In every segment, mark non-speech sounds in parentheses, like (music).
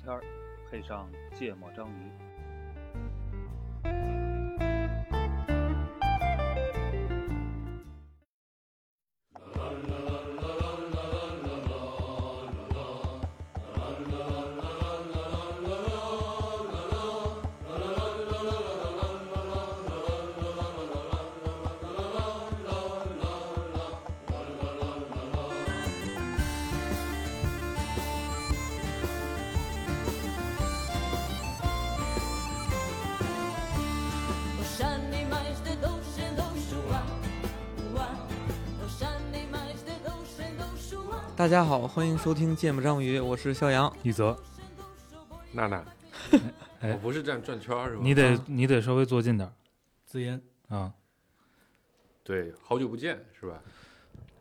片儿，配上芥末章鱼。大家好，欢迎收听《芥末章鱼》，我是肖阳。嗯一泽，娜 (laughs) 娜，哎我不是这样转圈儿是吧？你得啊你得稍微坐近点儿紫嫣，啊对，好久不见是吧？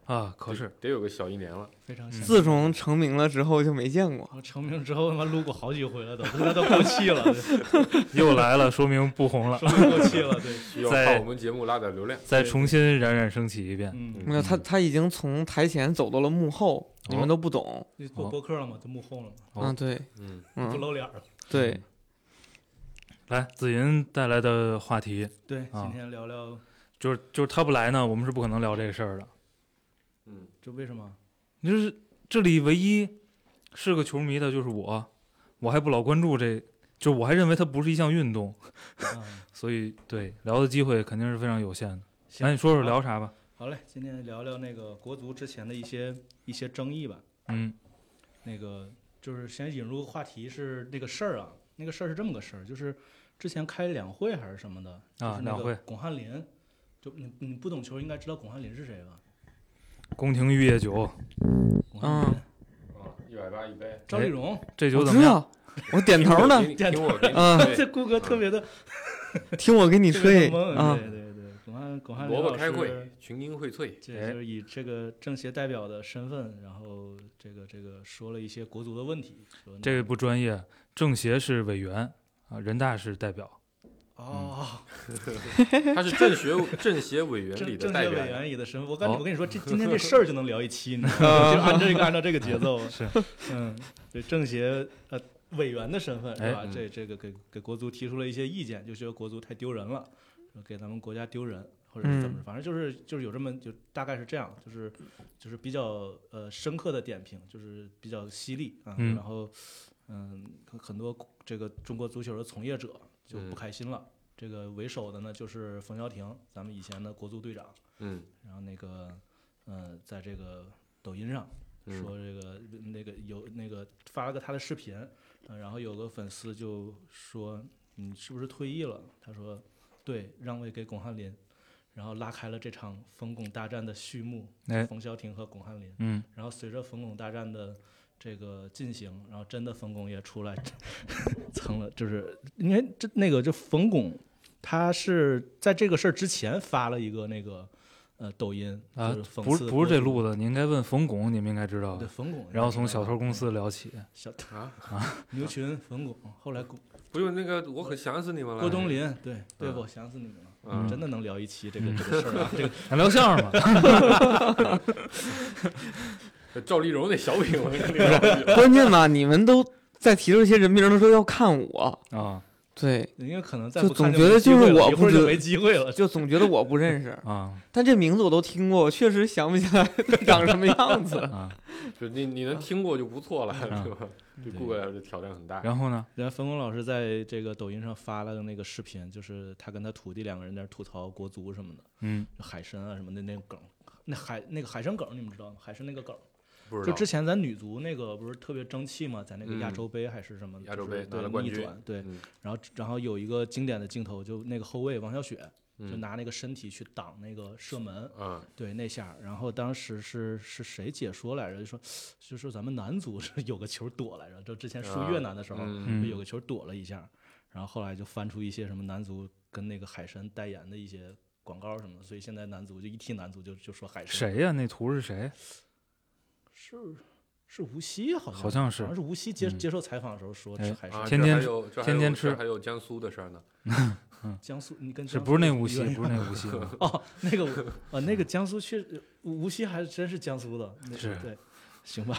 啊！可得得有个小一年了，非常嗯像。自从成名了之后就没见过，我成名之后他妈录过好几回了都，他都过气了，对又来了，说明不红了，说明过气了，对，需要在靠我们节目拉点流量。再重新冉冉升起一遍。嗯，哦没有他他已经从台前走到了幕后，你们都不懂 (laughs) 你做播客了嘛，就幕后了嘛，哦啊。对，嗯，不嗯，露脸了。对，来，紫云带来的话题对，啊今天聊聊，就是就是他不来呢，我们是不可能聊这个事儿的。嗯，这为什么？就是这里唯一是个球迷的，就是我，我还不老关注这，就我还认为它不是一项运动，啊，所以对聊的机会肯定是非常有限的。行那你说说聊啥吧？好嘞，今天聊聊那个国足之前的一些一些争议吧。嗯那个就是先引入个话题是那个事儿啊，那个事儿是这么个事儿，就是之前开两会还是什么的啊，两会，龚汉林，就你你不懂球应该知道龚汉林是谁吧？宫廷玉液酒，巩汉林、啊，一百八一杯，赵丽蓉，这酒我怎么知样？道， (laughs) 我点头 (laughs) 呢，听我给你，嗯啊这顾哥特别的听我给你特吹别的懵啊，对对对，巩汉巩汉林萝卜老开师会，，群英荟萃。哎这就是以这个政协代表的身份，然后这个这个说了一些国足的问题，说那这个不专业，政协是委员啊，人大是代表。哦，他是政学政协委员里的政政代协委表，员里的身份，我感觉哦我跟你说，这今天这事儿就能聊一期，你知道吗？就按这个按照这个节奏，是，嗯，对政协呃委员的身份是吧哎？这这个给给国足提出了一些意见，就觉得国足太丢人了，给咱们国家丢人，或者是怎么嗯，反正就是就是有这么就大概是这样，就是就是比较呃深刻的点评，就是比较犀利啊，嗯然后嗯很很多这个中国足球的从业者就嗯不开心了。这个为首的呢，就是冯潇霆，咱们以前的国足队长。嗯然后那个，呃，在这个抖音上嗯说这个、那个有那个发了个他的视频，呃然后有个粉丝就说你是不是退役了？他说对，让位给巩汉林，然后拉开了这场冯巩大战的序幕，哎冯潇霆和巩汉林。嗯，然后随着冯巩大战的这个进行，然后真的冯巩也出来蹭了，就是因为这那个这冯巩，他是在这个事儿之前发了一个那个呃抖音啊就是，讽不刺是不是这路子，子，你应该问冯巩，你们应该知道对。冯巩，然后从小偷公司聊起，小啊，牛群冯巩，后来郭不用那个，我可想死你们了。郭冬，临，对对，嗯我想死你们了。嗯真的能聊一期这个这个事儿啊，这个咱聊相声吧。赵丽蓉那小品我 (laughs) 跟你说，关键吧，你们都在提出一些人名的时候要看我，啊对，因为可能再就不看总觉得没机就是会了我一不会儿知嗯就没机会了。就总觉得我不认 (laughs) 识，啊但这名字我都听过，我确实想不起来长什么样 (laughs) (laughs) 子。啊！就你你能听过就不错了，嗯对吧？对顾哥来说挑战很大。然后 (laughs) 呢？啊然后冯巩老师在这个抖音上发了那个视频，就是他跟他徒弟两个人在那儿吐槽国足什么的，嗯，就海参啊什么的那个梗，那海那个海参梗你们知道吗？海参那个梗，不知就道之前咱女足那个不是特别争气嘛，在那个亚嗯洲杯还是什么的，亚洲就是杯拿对了冠逆军转对嗯，然后然后有一个经典的镜头，就那个后卫王小雪就嗯拿那个身体去挡那个射门，啊，对那下儿，然后当时是是谁解说来着？就说就说咱们男足是有个球躲来着，就之前输啊越南的时候，嗯嗯就有个球躲了一下儿，然后后来就翻出一些什么男足跟那个海参代言的一些广告什么的，所以现在男足就一提男足就就说海参。谁呀？那图是谁？是是无锡好像好像好是像是无锡接嗯接受采访的时候说哎吃海参，啊天这还天吃有这还天天有吃这还有江苏的事儿呢。江苏你跟是江不是苏那无锡渊？源不是那无锡。 (laughs) 哦，那个呃，那个江苏确无无锡还真是江苏的，那是对。行吧？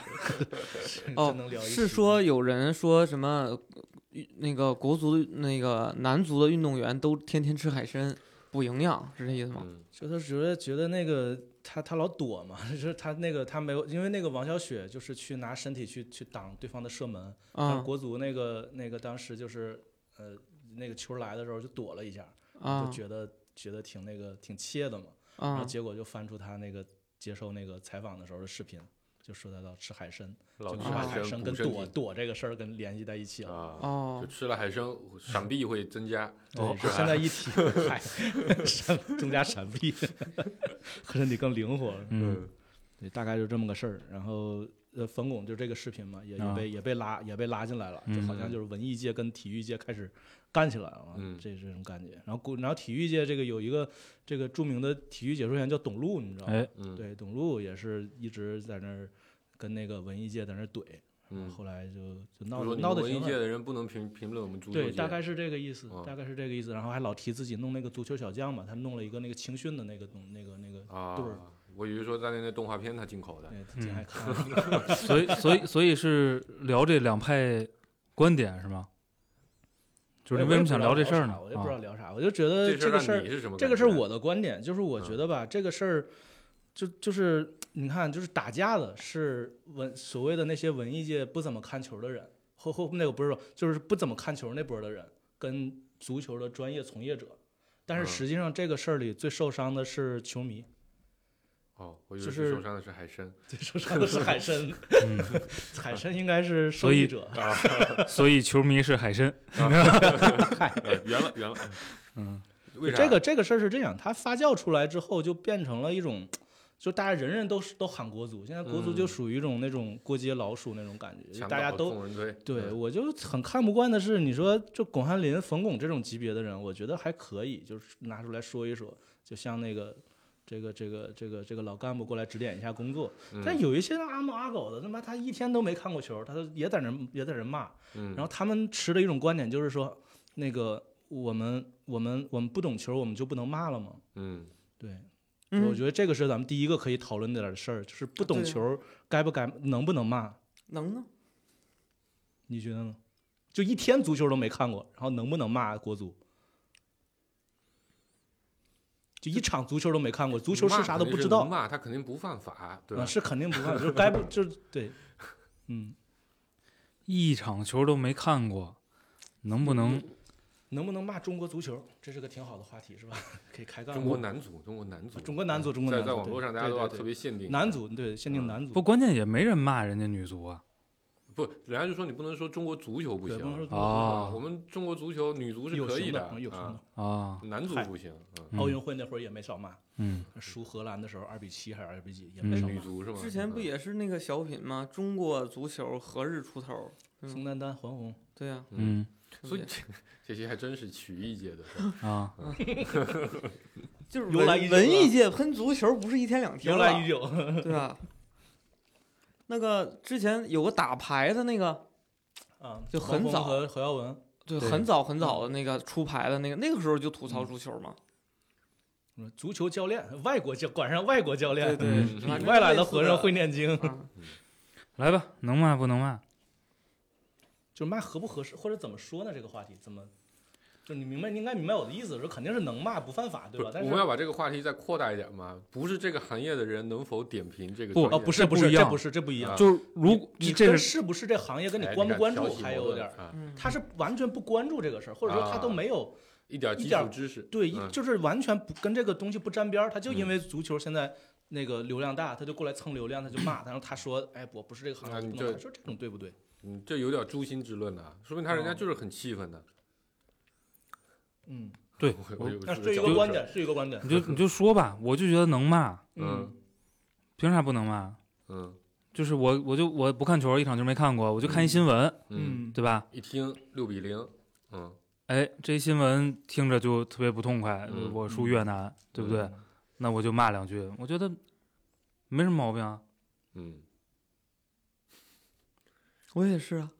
哦真能聊一期是说有人说什么呃那个国足那个男足的运动员都天天吃海参补营养，是这意思吗？嗯，就他觉得觉得那个他他老躲嘛， (laughs) 就是他那个他没有，因为那个王小雪就是去拿身体去去挡对方的射门，但是啊国足那个那个当时就是呃那个球来的时候就躲了一下，就啊觉得觉得挺那个挺切的嘛，然后啊！结果就翻出他那个接受那个采访的时候的视频，就说他到吃海参，老就吃是把海参参补跟身躲体躲这个事儿跟联系在一起了。啊，哦就，吃了海参，闪避会增加。对哦是现在一体， (laughs) 嗨， (laughs) 闪增加闪避，身体更灵活了。嗯，对，大概就这么个事儿。然后呃，冯巩就这个视频嘛，也也啊被、也被拉也被拉进来了，就好嗯像就是文艺界跟体育界开始干起来了，啊嗯这这种感觉。然后古然后体育界这个有一个这个著名的体育解说员叫董路，你知道吗？哎，嗯，对，董路也是一直在那儿跟那个文艺界在那儿怼，嗯，后来就就就闹说得你闹们得文艺挺狠界的人不能评评论我们足球对，界，大概是这个意思，嗯大概是这个意思。然后还老提自己弄那个足球小将嘛，他弄了一个那个青训的那个东那个那个，啊对儿，我以为说在那那动画片他进口的，对，挺爱看的。所 (laughs) 以所以所以是聊这两派观点是吗？哎就是你为什么想聊这事儿呢？我也不知道啊，聊啥，我就觉得事呃这儿个事让儿你，是什么感觉？这个事儿我的观点就是，我嗯觉得吧，这个事儿就就是你看，就是打架的是文所谓的那些文艺界不怎么看球的人，后后那个不是说就是不怎么看球那波的人，跟足球的专业从业者。但是嗯实际上，这个事儿里最受伤的是球迷，哦，我以就为是受伤的是海 (laughs) 参最受 (laughs) 伤的是海参， (laughs) 海参应该是受所以益者。嗯啊，所以球迷是海参， (laughs) 哎圆了圆了，嗯，为啥这个这个事儿是这样，它发酵出来之后就变成了一种，就大家人人都是都喊国足，现在国足就嗯属于一种那种过街老鼠那种感觉，就墙大家倒都众人推？对嗯我就很看不惯的是，你说就巩汉林、冯巩这种级别的人，我觉得还可以，就是拿出来说一说，就像那个。这个这个这个这个老干部过来指点一下工作，嗯但有一些阿猫阿狗的，他妈他一天都没看过球，他都也在那儿也在那儿骂，嗯，然后他们持的一种观点就是说，那个我们我们我们不懂球，我们就不能骂了吗？嗯对，嗯我觉得这个是咱们第一个可以讨论的事儿，就是不懂对啊球该不该能不能骂？能呢？你觉得呢？就一天足球都没看过，然后能不能骂国足？就一场足球都没看过，足球是啥都不知道，骂他肯定不犯法，对啊，吧？是肯定不看，就是该不就是对，嗯，一场球都没看过，能不能嗯能不能骂中国足球？这是个挺好的话题，是吧？可以开干了。中国男足，中国男足，嗯中国男足，中国在男足在网络上大家都啊要特。对对别限对定男足对限定嗯男足，不？关键也没人骂人家女足啊，不，人家就说你不能说中国足球不对行不能国说中足球啊哦我们中国足球女足是有可以熊的，嗯有熊啊的。啊，男足嗨不行，嗯嗯奥运会那会儿也没少骂，嗯，输荷兰的时候二比七还是二比几也嗯没少女骂。足是吗？之前不也是那个小品吗？中国足球何日出头？宋丹丹、黄宏，对啊呀、嗯，嗯对不 (laughs) 所以对这这些还真是曲艺界的事儿。啊，就是由来已文久文了艺界喷足球不是一天两天由了来已久。对吧？那个之前有个打牌的那个，啊，就黄很宏早和何耀文，对，对很早很早的那个出牌的那个，那个时候就吐槽足球 (laughs) 嘛。嗯足球教练，外国教管上外国教练，对，嗯反里正外来类的似和尚会念经，啊，来吧，能骂不能骂？就是骂合不合适，或者怎么说呢？这个话题怎么？就你明白，你应该明白我的意思，说肯定是能骂不犯法，对不吧是，？但我是们要把这个话题再扩大一点嘛？不是这个行业的人能否点评这个不专业？啊哦，不是这不不是，一这样不是这不一样。就是如果你这跟是是不是这行业，跟你哎关不看关挑注起还矛有盾点儿，啊，嗯，他是完全不关注这个事儿，或者说他都没有一点一基点儿础知识，对，一嗯就是完全不跟这个东西不沾边儿，他就因为足球现在那个流量大，他就过来蹭流量，他就骂，然后他说，哎，我不是这个行业，啊我你不能骂，这说这种对不对？嗯，这有点诛心之论啊，说明他人家哦就是很气愤的。嗯，对 (laughs) 我我我有那这是一角个度观点，是一个观点你。就你就说吧，我就觉得能骂，嗯凭啥不能骂？嗯就是我我就我不看球，一场球没看过，我就看一新闻，嗯，，对吧？一听六比零，嗯，哎，这新闻听着就特别不痛快，嗯我输越南，对不对？嗯？那我就骂两句，我觉得没什么毛病啊。嗯，我也是啊。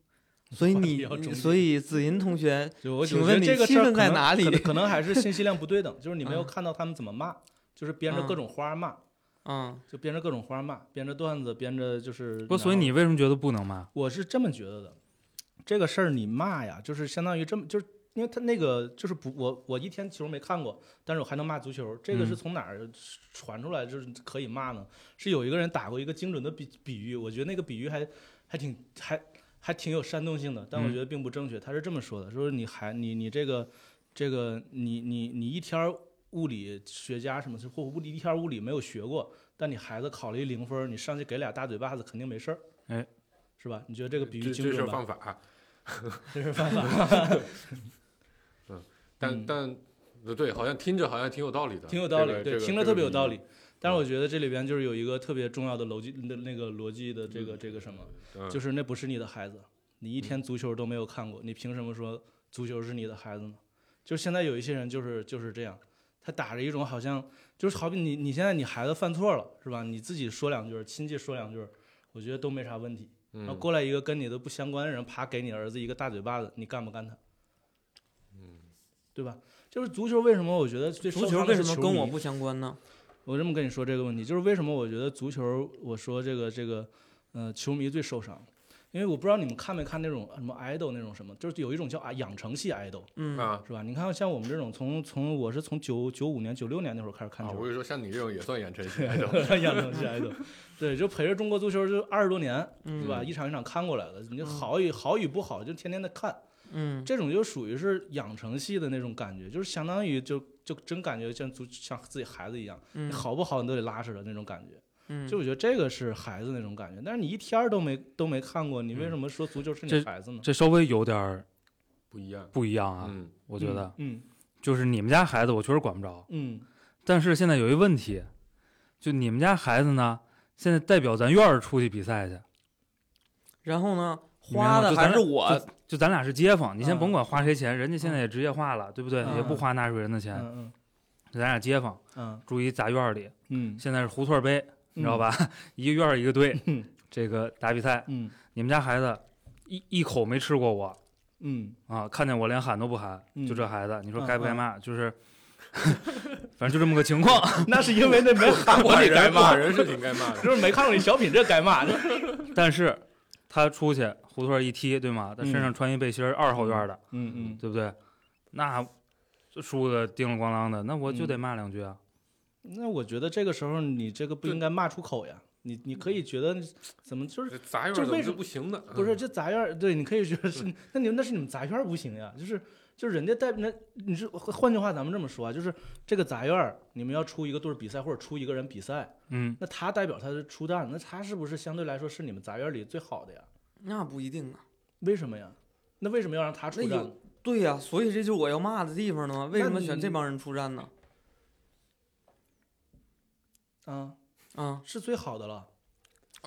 所以比你较中，立所以子银同学，就我请我觉问得你这个气事儿氛可在能哪可里能可能还是信息量不对等，就是你没有嗯看到他们怎么骂，就是编着各种花儿骂。嗯，就编着各种花骂，编着段子，编着就是。不，所以你为什么觉得不能骂？我是这么觉得的，这个事儿你骂呀，就是相当于这么，就是因为他那个就是不，我我一天球没看过，但是我还能骂足球，这个嗯是从哪儿传出来就是可以骂呢？是有一个人打过一个精准的比比喻，我觉得那个比喻还还挺还还挺有煽动性的，但我嗯觉得并不正确。他是这么说的，说你还你你这个这个你你你一天儿物理学家什么或物理一天儿物理没有学过，但你孩子考了一零分儿，你上去给俩大嘴巴子肯定没事儿。哎。是吧？你觉得这个比这喻精这事准儿吧？犯法，啊 (laughs) 这是犯法， (laughs) 但嗯但对，好像听着好像挺有道理的，挺有道理，这个对，这个听着特别有道理。。但嗯是我觉得这里边就是有一个特别重要的逻辑，那那个逻辑的这个这个什么，这个比喻嗯就是那不是你的孩子，你一嗯天足球都没有看过，你凭什么说足球是你的孩子呢？就现在有一些人就是就是这样，他打着一种好像就是好比你你现在你孩子犯错了是吧？你自己说两句，亲戚说两句，我觉得都没啥问题。然后嗯过来一个跟你都不相关的人，啪给你儿子一个大嘴巴子，你干不干他？嗯对吧？就是足球为什么我觉得最足受球伤的为什是么球跟我迷不相关呢？我这么跟你说这个问题，就是为什么我觉得足球，我说这个这个，呃，球迷最受伤，因为我不知道你们看没看那种呃什么 idol 那种什么，就是有一种叫啊养成系 idol，嗯，啊是吧？你看像我们这种从从我是从九九五年九六年那会儿开始看啊！球我，跟你说，像你这种也算养 (laughs) 成系 idol，养成系 idol，对，就陪着中国足球就二十多年，是嗯吧？一场一场看过来的，你就好与好与不好就天天的看，嗯这种就属于是养成系的那种感觉，就是相当于就就真感觉像足像自己孩子一样，嗯，好不好你都得拉扯的那种感觉。嗯，就我觉得这个是孩子那种感觉，但是你一天儿都没都没看过，你为嗯什么说足球是这你孩子呢？这稍微有点儿不一样。不一样啊，嗯，我觉得，嗯就是你们家孩子，我确实管不着。嗯但是现在有一问题，就你们家孩子呢，现在代表咱院儿出去比赛去，然后呢，你明白花吗的就还咱是我，就咱俩是街坊，你先嗯甭管花谁钱，人家现在也职业化了，对不对？嗯也不花纳税人的嗯钱，嗯咱俩街坊嗯住一杂院儿里，嗯现在是胡同儿杯，你知道吧？ (laughs) 一个院儿一个队，这个打比赛，嗯你们家孩子一一口没吃过我嗯啊，看见我连喊都不喊，嗯就这孩子，你说嗯该不该嗯骂？就是， (laughs) 反正就这么个情况。嗯，那是因为那没喊过骂你人该该骂骂，人是挺该骂的。就是没看过你小品，这该骂。 (laughs) 但是他出去胡同一踢，对吗？他身上嗯穿一背心儿，二号院的，嗯嗯，对不对？那输的叮了咣啷的，那我就得骂两句啊。那我觉得这个时候你这个不应该骂出口呀，你你可以觉得怎么就是这杂院这怎么为什是么不行的？不是这杂院儿，对，你可以觉得是，那你那是你们杂院儿不行呀，就是就是人家代那你是换句话咱们这么说啊，就是这个杂院儿你们要出一个队儿比赛或者出一个人比赛。嗯，那他代表他的出蛋，那他是不是相对来说是你们杂院里最好的呀？那不一定啊。为什么呀？那为什么要让他出那蛋有？对呀、所以这就是我要骂的地方呢吗？为什么那选你这帮人出战呢？啊，啊，是最好的了。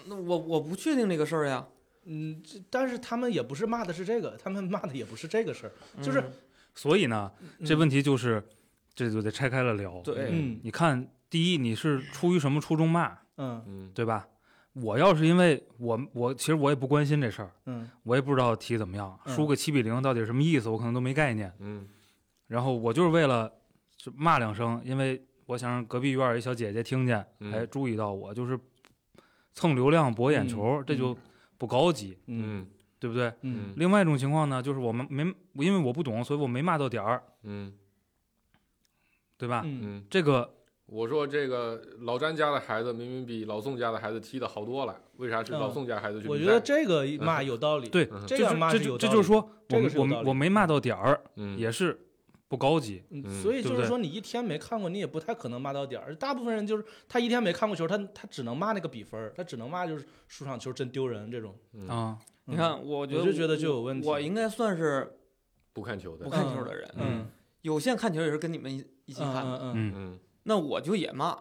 那我我不确定这个事儿呀，嗯，这但是他们也不是骂的是这个，他们骂的也不是这个事儿。就是嗯所以呢，这问题就是这就得拆开了聊。对嗯你看，第一，你是出于什么初衷骂，嗯嗯，对吧？我要是因为我我其实我也不关心这事儿，嗯我也不知道踢怎么样，嗯输个七比零到底是什么意思，我可能都没概念。嗯然后我就是为了就骂两声，因为我想让隔壁院儿一小姐姐听见，嗯哎，注意到我，就是蹭流量博眼球，嗯这就不高级，嗯嗯对不对？嗯另外一种情况呢，就是我们没，因为我不懂，所以我没骂到点儿，嗯对吧？嗯嗯，这个我说这个老詹家的孩子明明比老宋家的孩子踢的好多了，为啥是嗯老宋家孩子去我比觉得赛？这个骂有道理。对，嗯这就样是骂这是有就这道就是理，说，这我个们是有我道们理我没骂到点儿，嗯也是不高级，嗯嗯所以对就不是对说你一天没看过，你也不太可能骂到点儿。大部分人就是他一天没看过球，他他只能骂那个比分儿，他只能骂就是输场球真丢人这种。嗯啊，你嗯看，我觉得我就觉得就有问题我应该算是不看球不的。看球的人，嗯有限看球也是跟你们一一起嗯看的，嗯嗯嗯嗯那我就也骂，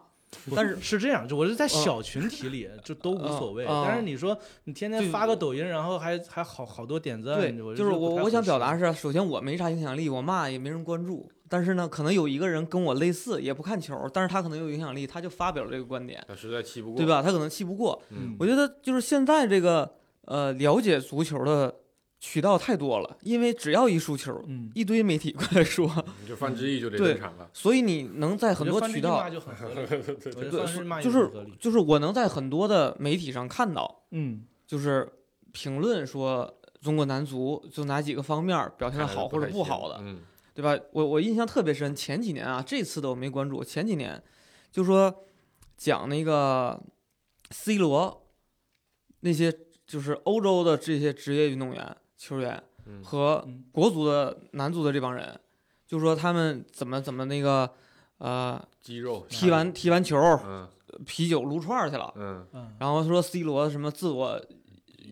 不但是是这样，就我是在嗯小群体里，就都无所谓。嗯嗯但是你说你天天就发个抖音，然后还还好好多点赞，对，我就是我我想表达是是，首先我没啥影响力，我骂也没人关注，但是呢，可能有一个人跟我类似，也不看球，但是他可能有影响力，他就发表了这个观点，他实在气不过，对？吧？他可能气不过，嗯我觉得就是现在这个呃，了解足球的渠道太多了，因为只要一输球，嗯，一堆媒体过来说，你这范志毅就这对登场了，所以你能在很多渠道，就 (laughs) 很合理，我觉对得范志骂也就是很合理。就是我能在很多的媒体上看到，嗯，就是评论说中国男足就哪几个方面表现的看来好或者太不行好的，嗯，对吧？我我印象特别深，前几年啊，这次的我没关注，前几年就说讲那个 C 罗那些就是欧洲的这些职业运动员球员嗯和嗯国足的男足的这帮人，就说他们怎么怎么那个呃肌肉，踢完踢完球嗯啤酒撸串儿去了，嗯，嗯，然后说 C 罗什么自我健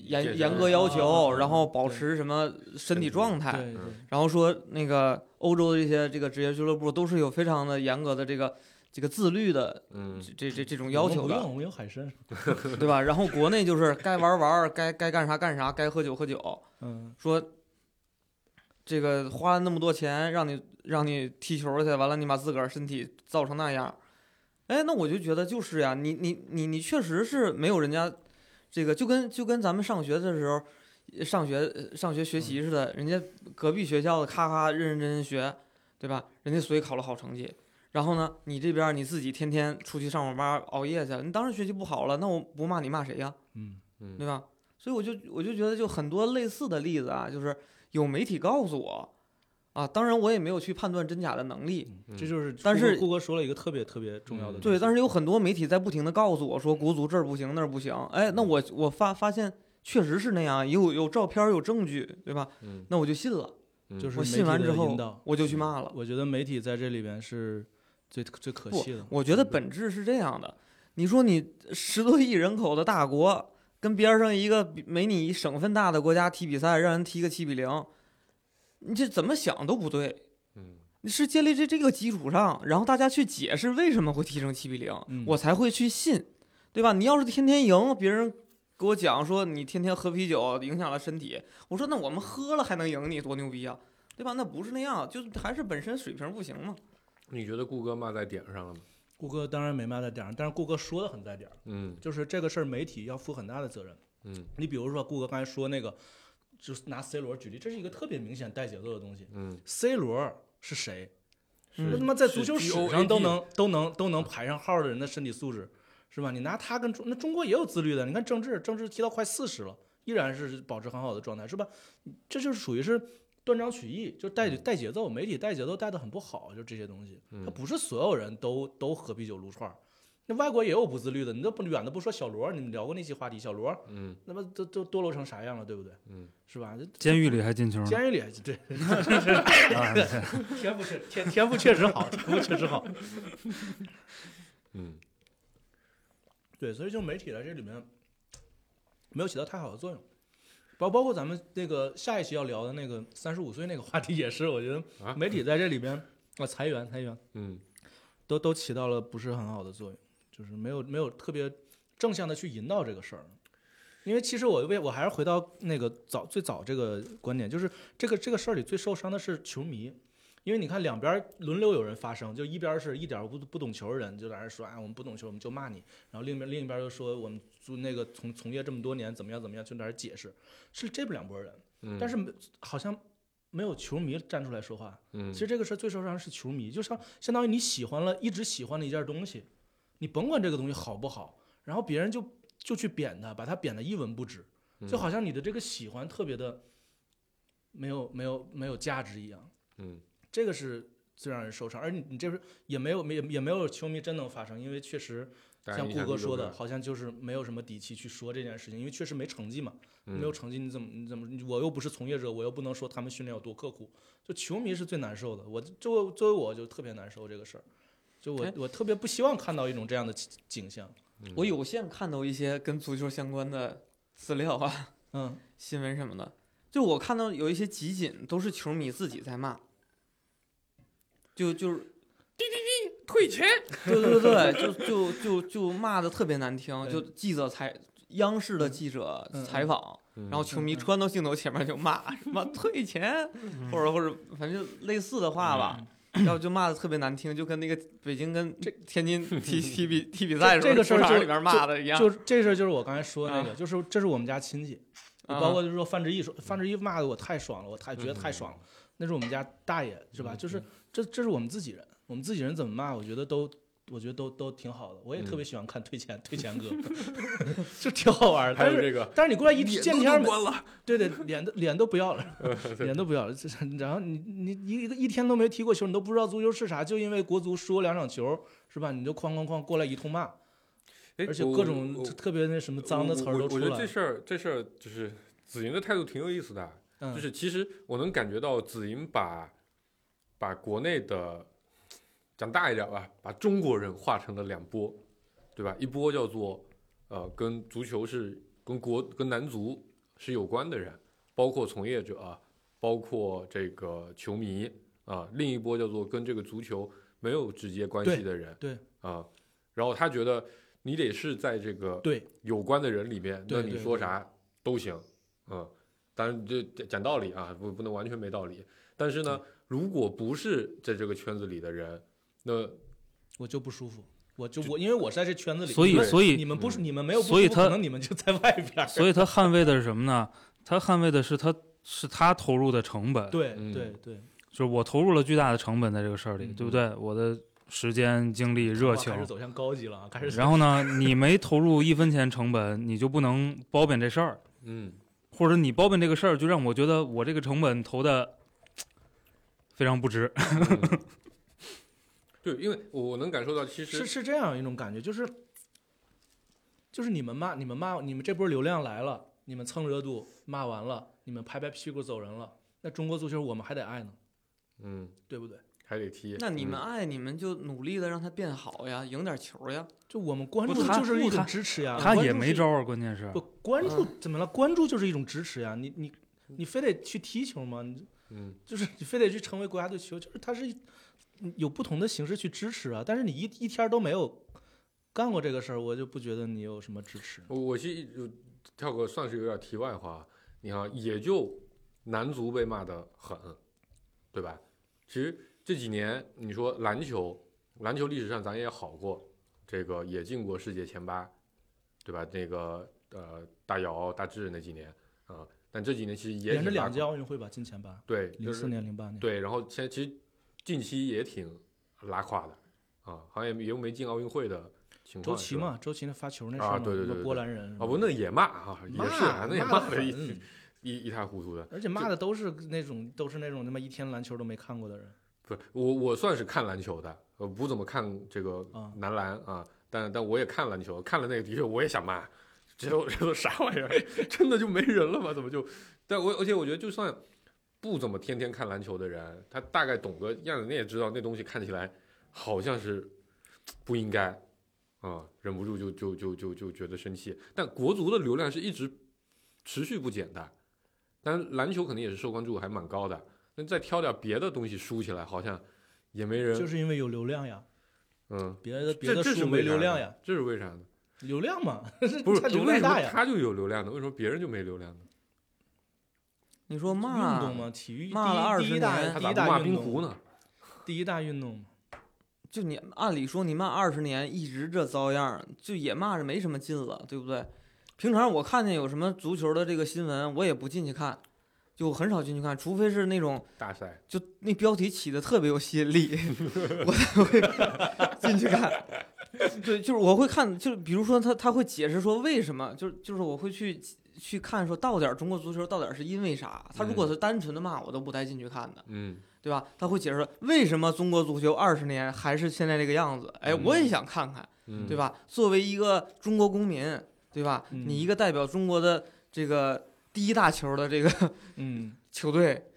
严身严格啊要求，啊然后对保持什么身体体状态，对对嗯然后说那个欧洲的这些这个职业俱乐部都是有非常的严格的这个这个自律的嗯，这这这这种 (laughs) 要求我们不的，用，我们有海参。对吧？然后国内就是该玩儿玩儿，该该干啥干啥，该喝酒喝酒。嗯，说这个花了那么多钱让你让你踢球去，完了你把自个儿身体造成那样，哎，那我就觉得就是呀，你你你你确实是没有人家这个，就跟就跟咱们上学的时候，呃上学呃上学学习似的，人家隔壁学校的咔咔认认真真学，对吧？人家所以考了好成绩。然后呢，你这边你自己天天出去上网吧熬夜去，你当然学习不好了，那我不骂你骂谁呀？嗯，嗯对吧？所以我就我就觉得就很多类似的例子啊，就是有媒体告诉我，啊，当然我也没有去判断真假的能力，嗯这就是，但是顾哥说了一个特别特别重要的嗯东西，对，但是有很多媒体在不停的告诉我说国足这儿不行那儿不行，哎，那我我发发现确实是那样，有有照片儿有证据，对吧？嗯那我就信了，嗯就是我媒信体完的之后引导我就去骂了。我觉得媒体在这里边是最最可不惜嗯的。我觉得本质是这样的，你说你十多亿人口的大国，跟边儿上一个比没你省份大的国家踢比赛，让人踢个七比零，你这怎么想都不对。嗯你是建立在这个基础上，然后大家去解释为什么会踢成七比零、嗯我才会去信，对吧？你要是天天赢，别人给我讲说你天天喝啤酒影响了身体，我说那我们喝了还能赢你，多牛逼啊，对吧？那不是那样，就是还是本身水平不行嘛。你觉得顾哥骂在点儿上了吗？顾哥当然没骂在点儿上，但是顾哥说的很在点儿，嗯就是这个事儿媒体要负很大的责任。嗯你比如说顾哥刚才说那个，就是拿 C 罗举例，这是一个特别明显带节奏的东西。嗯 C 罗是谁？嗯那他妈在足球是史 GOAT 上都能都能都能排上号的人的身体素质，是吧？你拿他跟中那中国也有自律的，你看郑智，郑智踢到快四十了，依然是保持很好的状态，是吧？这就是属于是断章取义，就带嗯带节奏，媒体带节奏带的很不好，就这些东西，他嗯不是所有人都都喝啤酒撸串儿。那外国也有不自律的，你都不远的不说小罗，你们聊过那期话题，小罗嗯那么都都堕落成啥样了，对不对？嗯，是吧？这监狱里还进球呢，监狱里对，天赋确天天赋确实好，天赋确实好。嗯对，所以就媒体在这里面没有起到太好的作用，包包括咱们那个下一期要聊的那个三十五岁那个话题也是，我觉啊得媒体在这里边啊裁员裁员嗯都都起到了不是很好的作用，就是没有没有特别正向的去引导这个事儿。因为其实我为我还是回到那个早最早这个观点，就是这个这个事儿里最受伤的是球迷，因为你看两边儿轮流有人发声，就一边儿是一点儿不不懂球的人就在那儿说啊、我们不懂球我们就骂你，然后另一边另一边儿又说我们做那个从从业这么多年怎么样怎么样就在那儿解释，是这两拨儿人，嗯，但是没好像没有球迷站出来说话，嗯其实这个事儿最受伤是球迷，就像相当于你喜欢了一直喜欢的一件东西，你甭管这个东西好不好，然后别人就就去贬它，把它贬得一文不值，嗯就好像你的这个喜欢特别的没有没有没有价值一样，嗯这个是最让人受伤。而你你这是也没有没也没有球迷真能发声，因为确实大家像影顾响哥力都说的，不大好像就是没有什么底气去说这件事情，因为确实没成绩嘛。嗯没有成绩，你怎么你怎么？我又不是从业者，我又不能说他们训练有多刻苦。就球迷是最难受的，我作为作为我就特别难受这个事儿。就我哎我特别不希望看到一种这样的景景象。嗯我有限看到一些跟足球相关的资料啊、 (laughs) 嗯 (laughs) 新闻什么的，就我看到有一些集锦都是球迷自己在骂，就就是。滴滴滴，退钱！对对对，就就就就骂的特别难听，对就记者采央视的记者嗯嗯采访，嗯然后球迷嗯嗯穿到镜头前面就骂什么退钱，嗯或者或者反正就类似的话吧，要不就骂的特别难听，就跟那个北京跟这天 (laughs) 津踢踢比踢比赛的时候，这个事儿球场就里边骂的一样。就这事儿就是我刚才说的那个，啊就是这是我们家亲戚，啊包括就是说范志毅说范志毅骂的我太爽了，我太觉得嗯太爽了。那是我们家大爷是吧？就是这这是我们自己人，我们自己人怎么骂，我觉得都。我觉得都都挺好的，我也特别喜欢看推荐、推荐歌， (laughs) 就挺好玩的。还但有是这个但是你过来一见脸面都儿都，关了， (laughs) 对对，脸都脸都不 (laughs) 要了，脸都不要了。这是然后你你一个一天都没踢过球，你都不知道足球是啥，就因为国足输了两场球，是吧？你就哐哐哐过来一通骂，哎而且我各我种特别那什么脏的词儿我都我出我觉得来这了。事儿这事儿就是子莹的态度挺有意思的，啊嗯，就是其实我能感觉到子莹把把国内的讲大一点吧，把中国人划成了两波，对吧？一波叫做呃跟足球是跟国跟男足是有关的人，包括从业者，啊包括这个球迷啊、另一波叫做跟这个足球没有直接关系对的人，对啊、然后他觉得你得是在这个对，有关的人里面，那对你对说对啥都行，嗯，当然这讲讲道理啊，不不能完全没道理。但是呢，如果不是在这个圈子里的人，那我就不舒服，我就我因为我是在这圈子里，所以你们所以你们不是你们没有不舒服，所以他可能你们就在外边儿。所以他捍卫的是什么呢？他捍卫的是他是他投入的成本，对嗯对对，就是我投入了巨大的成本在这个事儿里，嗯对不对？我的时间、精力、热哇情开。始走向高级了啊，开始走然后呢，你没投入一分钱成本，你就不能包贬这事儿，嗯，或者你包贬这个事儿，就让我觉得我这个成本投的非常不值。嗯对，因为我我能感受到，其是实是这样一种感觉，就是就是你们骂你们骂你们这波流量来了，你们蹭热度骂完了，你们拍拍屁股走人了，那中国足球我们还得爱呢，嗯对不对？还得踢。那你们嗯爱你们就努力的让它变好呀，赢点球呀。就我们关注不他就是一不他种支持呀，他关也注没是招儿，啊关键是不关注怎么了？关注就是一种支持呀，你你你非得去踢球吗？你嗯，就是你非得去成为国家队球，就是它是一嗯有不同的形式去支持啊。但是你一一天都没有干过这个事儿，我就不觉得你有什么支持。我我是就跳个算是有点题外话啊，你看啊也就男足被骂的狠，对吧？其实这几年你说篮球，篮球历史上咱也好过，这个也进过世界前八，对吧？那个呃大姚大志那几年啊、但这几年其实也连着挺拉两届垮奥运会吧，进前八，对，就零是四年、零八年，对，然后现在其实近期也挺拉胯的啊，好像也也没进奥运会的情周况。琦是吧？嘛，周琦那发球那事啊儿嘛，对对什么对对波兰人啊不，那也骂啊，也骂是啊，那也骂骂的得一很一一塌糊涂的。而且骂的都是那种都是那种他妈一天篮球都没看过的人。不是我，我算是看篮球的，呃，不怎么看这个啊男篮啊，但但我也看篮球，看了那个的确我也想骂，这都这都啥玩意儿？ (laughs) 真的就没人了吗？怎么就？但我而且我觉得，就算不怎么天天看篮球的人，他大概懂个样子，你也知道那东西看起来好像是不应该啊，忍不住就就就就就觉得生气。但国足的流量是一直持续不减的，但篮球可能也是受关注还蛮高的。那再挑点别的东西输起来，好像也没人。就是因为有流量呀，嗯，别的别这的这是书没为啥流量呢呀，，这是为啥呢？流量嘛，不是它流为什量么大呀，他就有流量呢？为什么别人就没流量呢？你说运骂动嘛，体育骂了第一第一20大年他第一咋不骂大运冰动壶呢？第一大运动嘛，就你按理说你骂二十年一直这遭样儿，就也骂着没什么劲了，对不对？平常我看见有什么足球的这个新闻，我也不进去看，就很少进去看，除非是那种大赛，就那标题起的特别有吸引力，我才会进去看。对，就是我会看，就是比如说他他会解释说为什么，就是就是我会去去看说到底儿中国足球到底儿是因为啥。他如果是单纯的骂，我都不带进去看的。嗯，对吧？他会解释为什么中国足球二十年还是现在这个样子。哎，嗯我也想看看，嗯对？吧？作为一个中国公民，对吧？嗯你一个代表中国的这个第一大球的这个嗯， (laughs) 球队，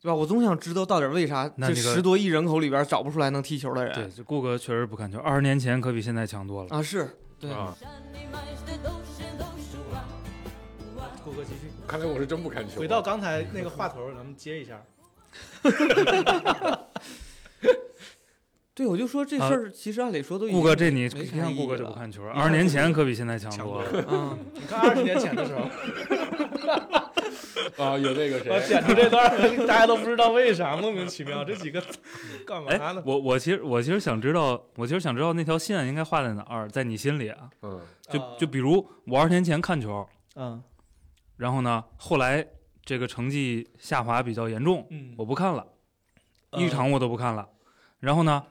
对吧？我总想知道到底为啥那这这个十多亿人口里边找不出来能踢球的人对，这顾哥确实不看球，二十年前可比现在强多了。啊？是对，啊，山里埋的都是都是我，我郭哥继续。看来我是真不看球啊。回到刚才那个话头，咱们接一下。对，我就说这事啊儿其实按理说都已经顾哥，这你没啥你看意义顾哥就了 (laughs) 不看球，看二十年前可比现在强多了。嗯，你看二十年前的时候，啊，有那个我谁，剪出这段儿， (laughs) 大家都不知道为啥，莫名其妙，这几个干嘛哎呢，？我我其实我其实想知道，我其实想知道那条线应该画在哪儿，在你心里啊？嗯，就啊就比如我二十年前看球，嗯，然后呢，后来这个成绩下滑比较严重，嗯我不看了，呃一场我都不看了。然后呢，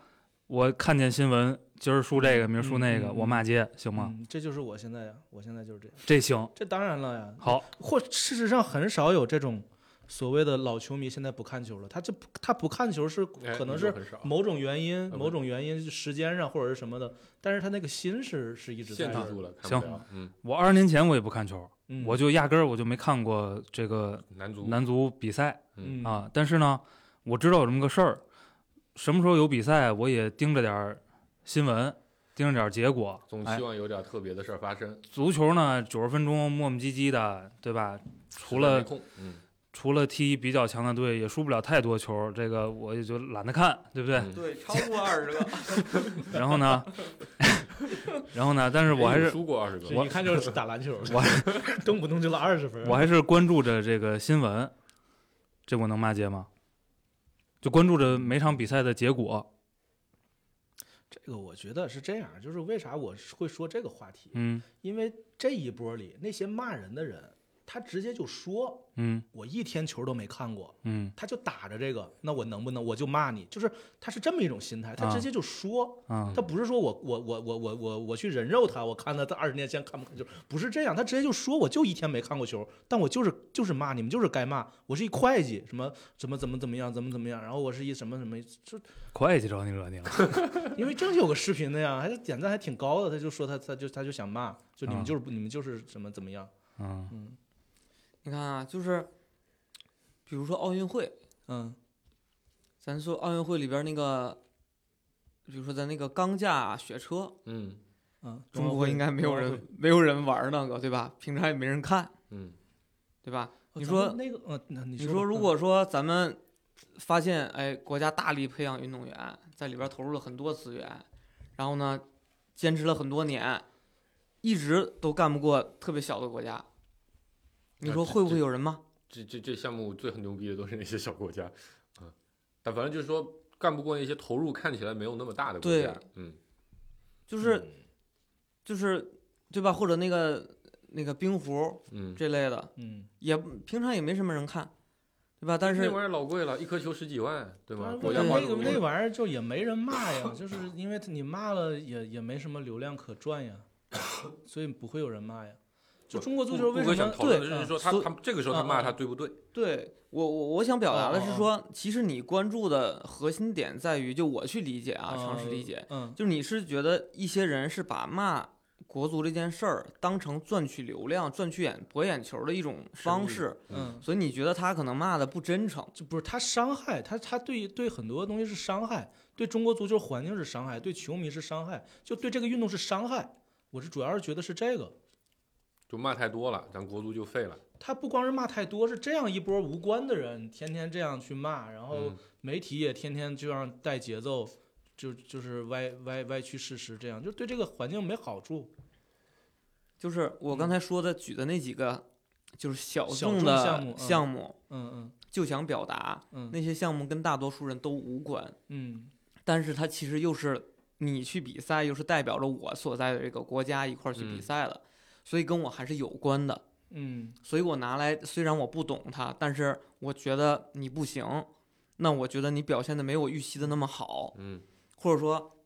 我看见新闻，今儿输这个，明儿输那个，嗯嗯我骂街，行吗？嗯，这就是我现在呀，我现在就是这样。这行这当然了呀，好，或事实上很少有这种所谓的老球迷现在不看球了，他就不他不看球是哎可能你是说很少某种原因，不某种原因时间上或者是什么的，但是他那个心是是一直在限制这儿的。住了，看不行了。嗯，我二十年前我也不看球，嗯我就压根儿我就没看过这个男足男足比赛嗯啊。但是呢，我知道有这么个事儿，什么时候有比赛，我也盯着点儿新闻，盯着点儿结果。总哎希望有点特别的事儿发生。足球呢，九十分钟磨磨唧唧的，对吧？除实在了没空，嗯，除了踢比较强的队，也输不了太多球，这个我也就懒得看，对不对？嗯 (laughs) 对，超过二十个，然后呢，然后呢，但是我还哎你是输过二十这个，一看就是打篮球的，我 (laughs) 动不动就拉二十分。我还是关注着这个新闻，这我能骂街吗？就关注着每场比赛的结果，这个我觉得是这样，就是为啥我是会说这个话题，嗯因为这一波里那些骂人的人，他直接就说嗯我一天球都没看过，嗯他就打着这个，那我能不能我就骂你？就是他是这么一种心态，他啊直接就说。 (laughs) 啊他不是说我我我我我我我去人肉他，我看他在二十年前看不看球，不是这样，他直接就说我就一天没看过球，但我就是就是骂你们，就是该骂，我是一会计，什么怎么怎么怎么样，怎么怎么样，然后我是一什么什么，就会计找你惹你了，因为真有个视频那样，还是点赞还挺高的，他就说他他就他就想骂，就你们啊就是不、你们就是什么怎么样，嗯嗯 (laughs) 你看啊，就是比如说奥运会，嗯咱说奥运会里边那个，比如说咱那个钢架啊雪车，嗯嗯，中国应该没有人没有人玩那个，对吧？平常也没人看，嗯，对吧？哦你咱们说那个嗯，那你你说如果说咱们发现，哎，国家大力培养运动员，在里边投入了很多资源，然后呢，坚持了很多年，一直都干不过特别小的国家，你那说这会不这会有人骂？这这这项目最很牛逼的都是那些小国家，嗯，但反正就是说干不过那些投入看起来没有那么大的国家，嗯，就就是就是对吧？或者那个那个冰壶嗯，这类的，嗯，也平常也没什么人看，对吧？但那是玩意儿老贵了，一颗球十几万，对吗？啊我国家觉得花那这么个那多，玩意儿就也没人骂呀，就是因为你骂了也也没什么流量可赚呀，所以不会有人骂呀。就中国足球为我什想么讨论的对是说他所以他这个时候他啊啊骂啊他对不对？对我我我想表达的哦哦是哦说，其实你关注的核心点在于，就我去理解啊，尝试理解，？嗯就是你是觉得一些人是把骂国足这件事儿当成赚取流量、赚取眼博眼球的一种方式，嗯，嗯所以你觉得他可能骂的不真诚。就不是他伤害他，他对对很多东西是伤害，对中国足球环境是伤害，对球迷是伤害，就对这个运动是伤害。我是主要是觉得是这个，就骂太多了，咱国足就废了。他不光是骂太多，是这样一波无关的人天天这样去骂，然后嗯媒体也天天这样带节奏，就就是歪歪歪曲事实，这样就对这个环境没好处。就是我刚才说的举的那几个，就是小嗯小众众的项目嗯项目嗯就想表达嗯嗯那些项目跟大多数人都无关，嗯但是它其实又是你去比赛，又是代表着我所在的这个国家一块儿去比嗯赛的，所以跟我还是有关的。嗯所以我拿来，虽然我不懂它，但是我觉得你不行，那我觉得你表现的没有预期的那么好，嗯，或者说，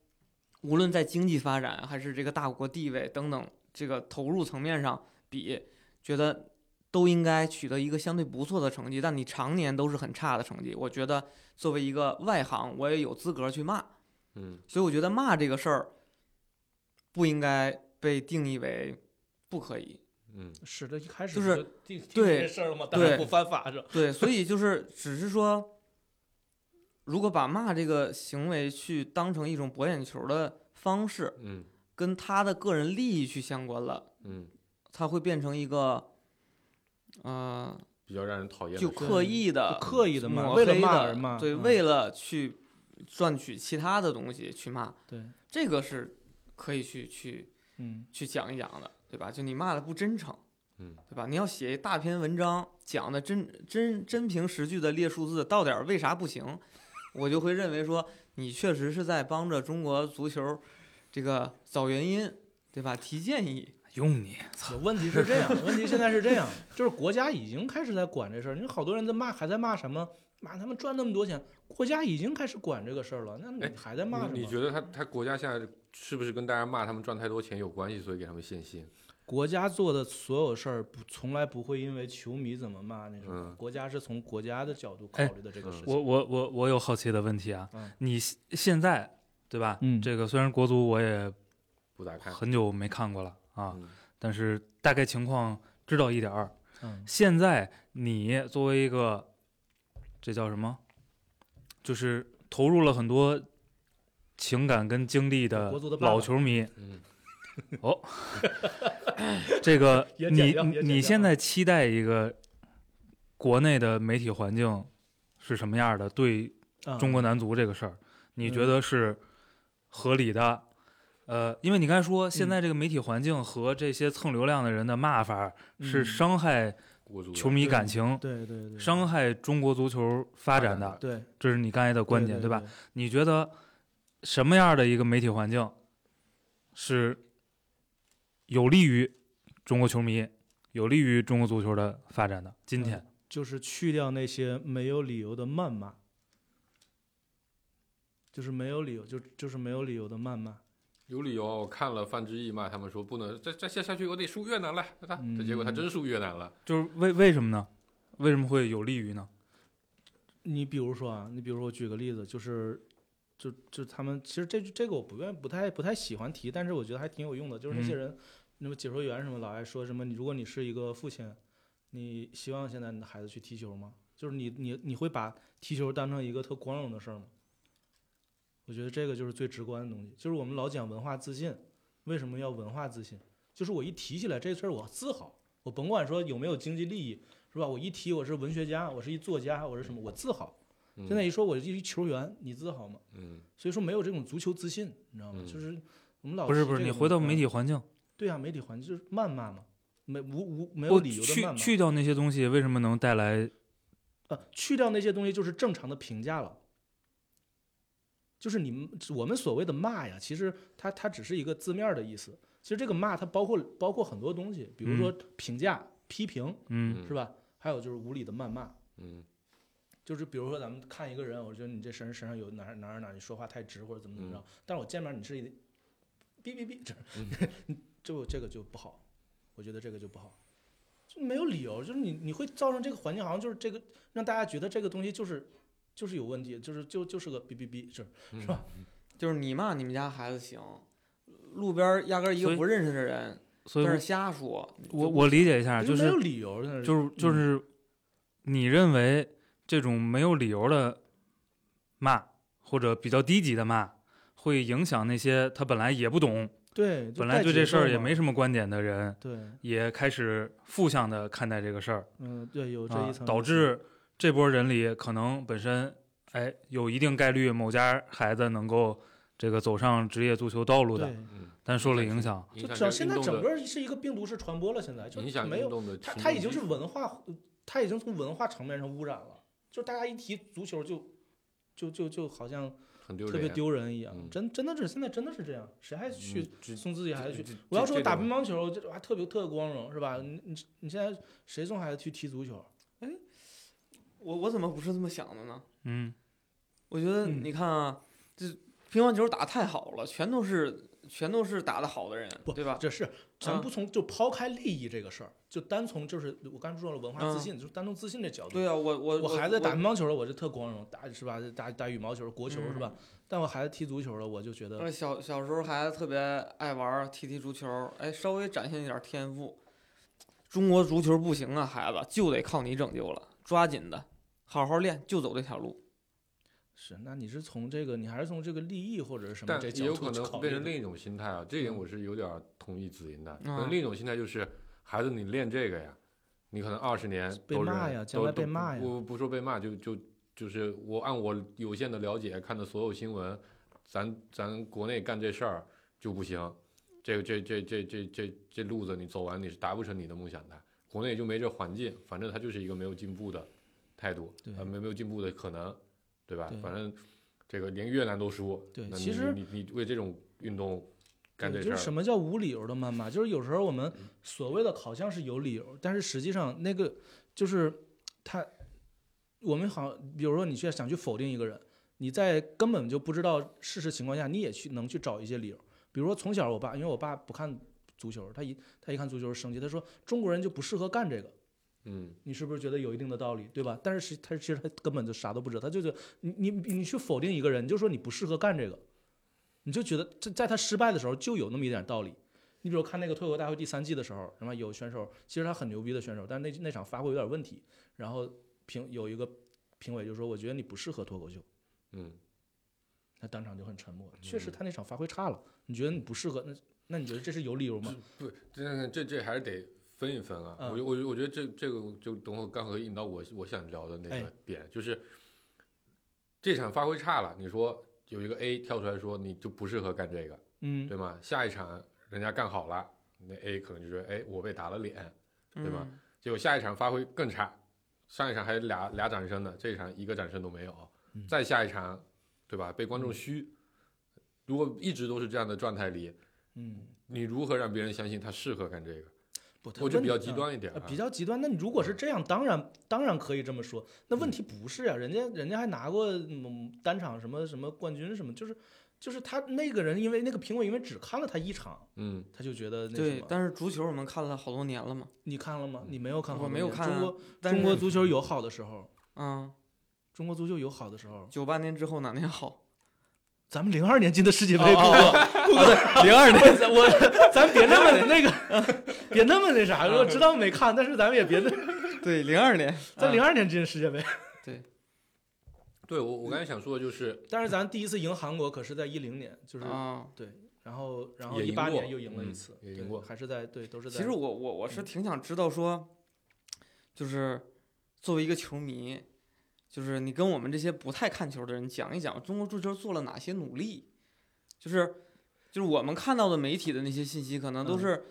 无论在经济发展还是这个大国地位等等这个投入层面上比，觉得都应该取得一个相对不错的成绩，但你常年都是很差的成绩，我觉得作为一个外行，我也有资格去骂，嗯，所以我觉得骂这个事儿不应该被定义为不可以。嗯，是的，一开始就是定定对这事儿了嘛，对当然不犯法是吧。对，所以就是只是说，如果把骂这个行为去当成一种博眼球的方式，嗯，跟他的个人利益去相关了，嗯，它会变成一个，呃，比较让人讨厌的就事刻意就的刻嗯意的骂，抹为了嗯黑骂的而骂，对，嗯为了去赚取其他的东西去骂，对，这个是可以去去嗯去讲一讲的，对吧？就你骂的不真诚。嗯，对吧？你要写一大篇文章，讲的真真真凭实据的列数字，到点儿为啥不行，我就会认为说你确实是在帮着中国足球这个找原因，对吧？提建议，用你，问题是这样，问题现在是这样， (laughs) 就是国家已经开始在管这事儿。你看好多人在骂，还在骂什么？骂他们赚那么多钱，国家已经开始管这个事儿了，那哎你还在骂什么？你你觉得他他国家现在是不是跟大家骂他们赚太多钱有关系，所以给他们限薪？国家做的所有事儿不从来不会因为球迷怎么骂那种，嗯国家是从国家的角度考虑的这个事情。哎我我我我有好奇的问题啊，嗯你现现在对吧？嗯这个虽然国足我也不咋看很久没看过了啊，嗯但是大概情况知道一点儿。嗯现在你作为一个，这叫什么？就是投入了很多情感跟精力的国足的爸爸老球迷，嗯，这个 (laughs) 也你剪掉也剪掉你现在期待一个国内的媒体环境是什么样的？对啊，中国男足这个事儿，你嗯觉得是合理的？呃，因为你刚才说现在这个媒体环境和这些蹭流量的人的骂法儿是嗯伤害国足的球迷感情、对对对，伤害中国足球发展的，对这是你刚才的观点，对吧？？你觉得什么样的一个媒体环境是有利于中国球迷、有利于中国足球的发展的？今天，就是去掉那些没有理由的谩骂，就是没有理由，就就是没有理由的谩骂。有理由，我看了范志毅骂他们说不能再再下下去，我得输越南了。那他嗯这结果他真输越南了。就是为为什么呢？为什么会有利于呢？你比如说啊，你比如说我举个例子，就是，就就他们其实这这个我不愿不太不太喜欢提，但是我觉得还挺有用的，就是那些嗯人，那么解说员什么老爱说什么，你如果你是一个父亲，你希望现在你的孩子去踢球吗？就是你你你会把踢球当成一个特光荣的事儿吗？我觉得这个就是最直观的东西，就是我们老讲文化自信，为什么要文化自信？就是我一提起来这事儿，我自豪，我甭管说有没有经济利益，是吧？我一提我是文学家，我是一作家，我是什么，我自豪。嗯现在一说我是一球员，你自豪吗？嗯，所以说没有这种足球自信，你知道吗？嗯就是我们老不是提不是，这你个回到东西媒啊体环境，对啊，媒体环境就是谩骂嘛，没无无没有不理由的谩去骂去掉那些东西，为什么能带来？呃，去掉那些东西就是正常的评价了。就是你们我们所谓的骂呀，其实它它只是一个字面儿的意思。其实这个骂它包括包括很多东西，比如说评价、批评，嗯，是吧？还有就是无理的谩骂。嗯就是比如说咱们看一个人，我觉得你这身身上有哪儿哪儿哪儿，你说话太直或者怎么怎么着，嗯但是我见面你是一哔哔哔，这、嗯 (laughs) 就这个就不好，我觉得这个就不好，就没有理由，就是你你会造成这个环境好像就是这个让大家觉得这个东西就是就是有问题，就是就就是个哔哔哔，是是吧？嗯就是你骂你们家孩子行，路边儿压根儿一所个以不认识的人在所以那我儿瞎说，我我理解一下，就啊就没有是理由，嗯真的就是就是，你认为这种没有理由的骂或者比较低级的骂，会影响那些他本来也不懂、对，就本来带对节这事奏儿也嘛没什么观点的人，对，也开始负向的看待这个事儿嗯，对，有这啊一层，导致这波人里可能本身哎有一定概率某家孩子能够这个走上职业足球道路的对，嗯，但受了影响，就影整响现在这个整运动个是一个病毒式传播了，现在就的影响没有运动的它群众基础，它已经是文化，它已经从文化层面上污染了。就大家一提足球就，就就就好像很丢特人，别丢人一样，嗯真真的是现在真的是这样，谁还去嗯这送自己孩子这去？这我要说这我打种乒乓球，这还特别特光荣是吧？你你你现在谁送孩子去踢足球？我我怎么不是这么想的呢？嗯，我觉得嗯你看啊，这乒乓球打得太好了，全都是全都是打得好的人不，对吧？这是咱啊嗯不从就抛开利益这个事儿，就单从就是我刚才说了文化自信，嗯就是单从自信这角度，对啊，我我我孩子打乒我乓球了，我就特光荣，打是吧？打打羽毛球、国球嗯是吧？但我孩子踢足球了，我就觉得呃小小时候孩子特别爱玩儿，踢踢足球儿，哎，稍微展现一点儿天赋。中国足球不行啊，孩子就得靠你拯救了，抓紧的，好好练，就走这条路。是，那你是从这个，你还是从这个利益或者是什么但这也角有度可去能考会变虑的？嗯啊成另一种心态啊，这一点我是有点儿同意子银的。可能嗯另一种心态就是，孩子你练这个呀，你可能二十年被都是骂呀将都来被都骂呀不不说被骂，就就就是我按我有限的了解看的所有新闻，咱咱国内干这事儿就不行，这个这这这这这这路子你走完你是达不成你的梦想的，国内就没这环境，反正它就是一个没有进步的态度对，呃没没有进步的可能，对吧？对反正这个连越南都输，对那其你实你你你为这种运动干这对事就儿嗯是什了。么叫无理由的谩骂？就是有时候我们所谓的好像是有理由，但是实际上那个就是他，我们好，比如说你去想去否定一个人，你在根本就不知道事实情况下，你也去能去找一些理由。比如说从小我爸，因为我爸不看足球，他一他一看足球生气，他说中国人就不适合干这个。嗯，你是不是觉得有一定的道理，对吧？但是实他其实他根本就啥都不知道，他就觉得你你你去否定一个人，你就说你不适合干这个，你就觉得这在他失败的时候就有那么一点道理。你比如看那个《脱口大会》第三季的时候，什么有选手其实他很牛逼的选手，但是那那场发挥有点问题，然后评有一个评委就说我觉得你不适合脱口秀，嗯，他当场就很沉默。确实他那场发挥差了，你觉得你不适合，那那你觉得这是有理由吗？不，这这这还是得分一分啊。嗯我就我就我觉得这这个就等会儿刚好引到我我想聊的那哎个点，就是这场发挥差了，你说有一个 A 跳出来说你就不适合干这个，嗯，对吗？下一场人家干好了，那 A 可能就说，哎，我被打了脸，对吧？嗯结果下一场发挥更差，上一场还有俩俩掌声呢，这一场一个掌声都没有，嗯再下一场，对吧？被观众虚，如果一直都是这样的状态里，嗯，你如何让别人相信他适合干这个？不，他我觉得问比较题极嗯端一点、啊呃，比较极端。那你如果是这样，当然当然可以这么说。那问题不是呀、人家人家还拿过嗯单场什么什么冠军什么，就是就是他那个人，因为那个评委因为只看了他一场，嗯，他就觉得那什对么，。但是足球我们看了好多年了嘛，你看了吗？你没有看好我吗没有看啊中国但中国是足球有好的时候，嗯，中国足球有好的时候。九八年之后哪年好？ (laughs) 咱们零二年进的世界杯，哦不不啊零二年，不，我咱别那么那个， (laughs) 别那么那啥。我知道没看，但是咱们也别那，对，零二年，咱零二，二年进的世界杯。对我我刚才想说的就是，但是咱第一次赢韩国可是在一零年，就是啊，然后然后也一赢八过年又赢了一嗯次，也对赢过还是在对，嗯都是在。其实我我我是挺想知道说，就是作为一个球迷，就是你跟我们这些不太看球的人讲一讲中国足球做了哪些努力，就是就是我们看到的媒体的那些信息，可能都嗯是、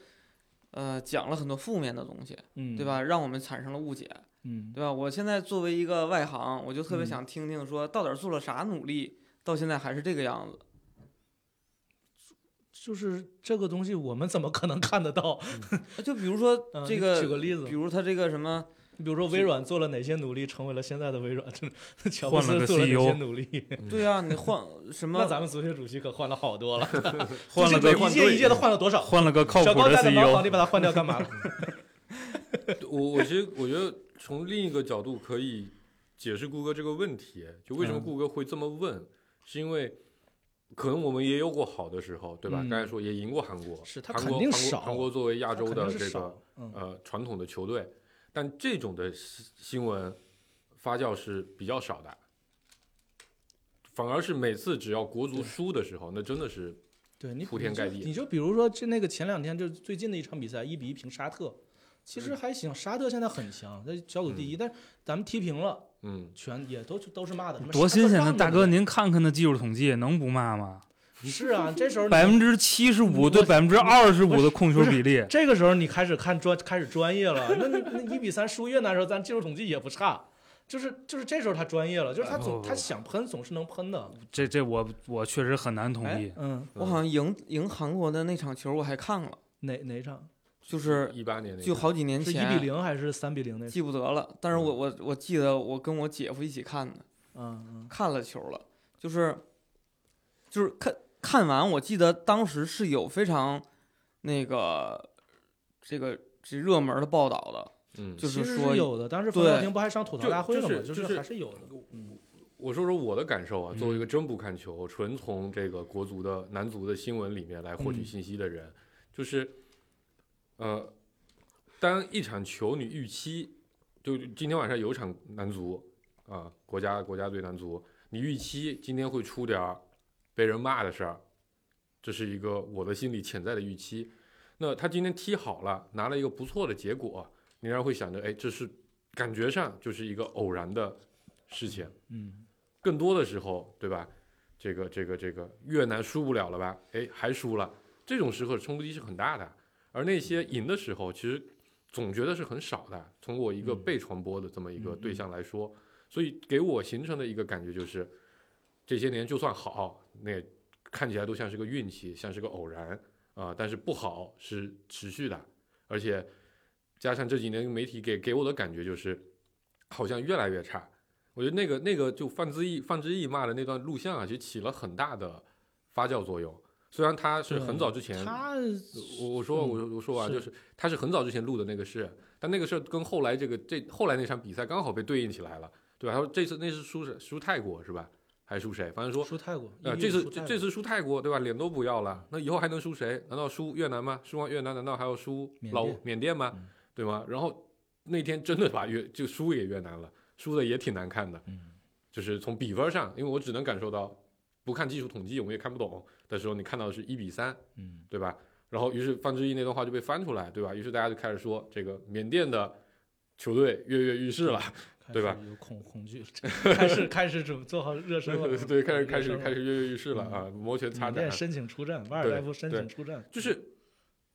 呃讲了很多负面的东西，嗯，对？吧？让我们产生了误解，嗯，对吧？我现在作为一个外行，我就特别嗯想听听说到底做了啥努力，到现在还是这个样子。就是这个东西我们怎么可能看得到？呃就比如说嗯这你个，举个例子比，如他这个什么。你比如说微软做了哪些努力，成为了现在的微软？乔布换了斯个 E 做了 CEO 哪些努力？对啊，你 (laughs) 换什么？那咱们足协主席可换了好多了， (laughs) 换了就这个种一届一届的换了多少？换了个靠小谱高的 E 带的茅 CEO 房，。你把它换掉干嘛？ (laughs) 我我其实我觉得从另一个角度可以解释谷歌这个问题，就为什么嗯谷歌会这么问，是因为可能我们也有过好的时候，对吧？嗯刚才说也赢过韩国，是他韩国肯定韩国少韩国作为亚洲它的肯定这是个少，嗯呃传统的球队，但这种的新新闻发酵是比较少的，反而是每次只要国足对输的时候，那真的是对你铺你天就盖地你就比如说，这那个前两天就是最近的一场比赛，一比一平沙特，其嗯实还行。沙特现在很强，在小组第一，但是咱们踢平了，嗯，全也都都是骂的。什么多沙特新鲜让呢！着大哥，你您看看那技术统计，能不骂吗？是啊，这时候你百分之七十五对我百分之二十不五是的控球比例，这个时候你开始看专开始专业了。那那那一比三输越南的时候，咱技术统计也不差。就是就是这时候他专业了，就是他总哦不不他想喷总是能喷的，这这我我确实很难同哎意。嗯，我好像赢赢韩国的那场球我还看了，哪哪场就是一八年那就个好几年是一比前，零还是三比零那场？记不得了。但是我我我记得我跟我姐夫一起看的，嗯嗯，看了球了，就是就是看看完，我记得当时是有非常那个这个这热门的报道的，嗯，就是其实说有的。当时冯潇对霆不还上吐槽就大会了就吗？是就就是还是有的。我说说我的感受啊，作为一个真不看球，纯从这个国足的男足的新闻里面来获取嗯信息的人，就是，呃，当一场球你预期，就今天晚上有一场男足啊、国家国家队男足，你预期今天会出点儿被人骂的事儿，这是一个我的心里潜在的预期。那他今天踢好了，拿了一个不错的结果，你仍然会想着，哎，这是感觉上就是一个偶然的事情。嗯，更多的时候，对吧？这个这个这个越南输不了了吧？哎，还输了，这种时候冲击是很大的。而那些赢的时候，其实总觉得是很少的。从我一个被传播的这么一个对象来说，所以给我形成的一个感觉就是，这些年就算好，那看起来都像是个运气，像是个偶然。啊、但是不好是持续的，而且加上这几年媒体给给我的感觉就是，好像越来越差。我觉得那个那个就范志毅范志毅骂的那段录像啊，其实起了很大的发酵作用。虽然他是很早之前，他我我说嗯我我说啊，是就是他是很早之前录的那个事，但那个事儿跟后来这个这后来那场比赛刚好被对应起来了，对吧？他说这次那是输谁输泰国是吧？还是输谁？反正说嗯输泰国，呃，一这比次输泰这国这次输泰国对吧？脸都不要了，那以后还能输谁？难道输越南吗？输完越南，难道还要输缅老甸缅甸吗？嗯对吗？然后那天真的把越就输给越南了，输的也挺难看的，嗯就是从比分上，因为我只能感受到，不看技术统计我们也看不懂的时候，你看到的是一比三，嗯对吧？然后于是范志毅那段话就被翻出来，对吧？于是大家就开始说这个缅甸的球队跃跃欲试了，对吧？，开始有恐恐惧， (laughs) 开始开始准做好热身了 (laughs) 对，开始开始热身了开始跃跃欲试了啊，摩拳擦缅掌甸。申请出战，瓦尔对代夫申对请出战，就是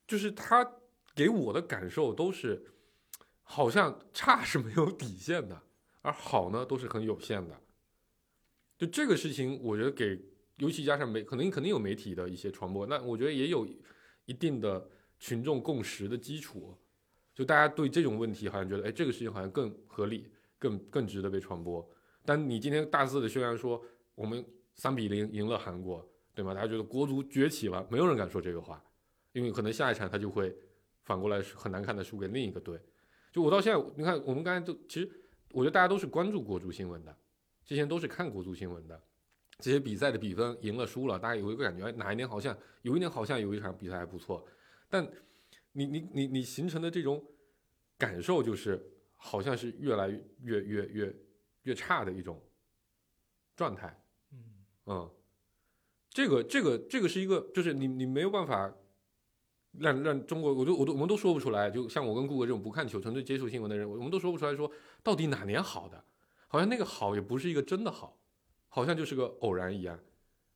就是他给我的感受都是，好像差是没有底线的，而好呢都是很有限的。就这个事情，我觉得给，尤其加上媒，可能肯定有媒体的一些传播，那我觉得也有一定的群众共识的基础。就大家对这种问题好像觉得，哎，这个事情好像更合理，更更值得被传播。但你今天大肆的宣扬说我们三比零赢了韩国，对吗？大家觉得国足崛起了，没有人敢说这个话，因为可能下一场他就会反过来输很难看的输给另一个队。就我到现在，你看我们刚才都其实，我觉得大家都是关注国足新闻的，之前都是看国足新闻的，这些比赛的比分赢了输了，大家有一个感觉，哎，哪一年好像有一年好像有一场比赛还不错，但你你你你形成的这种感受就是，好像是越来越越越越差的一种状态。嗯嗯，这个这个这个是一个，就是你你没有办法让让中国，我都我都我们都说不出来，就像我跟顾哥这种不看球、纯粹接触新闻的人，我们都说不出来说到底哪年好的，好像那个好也不是一个真的好，好像就是个偶然一样，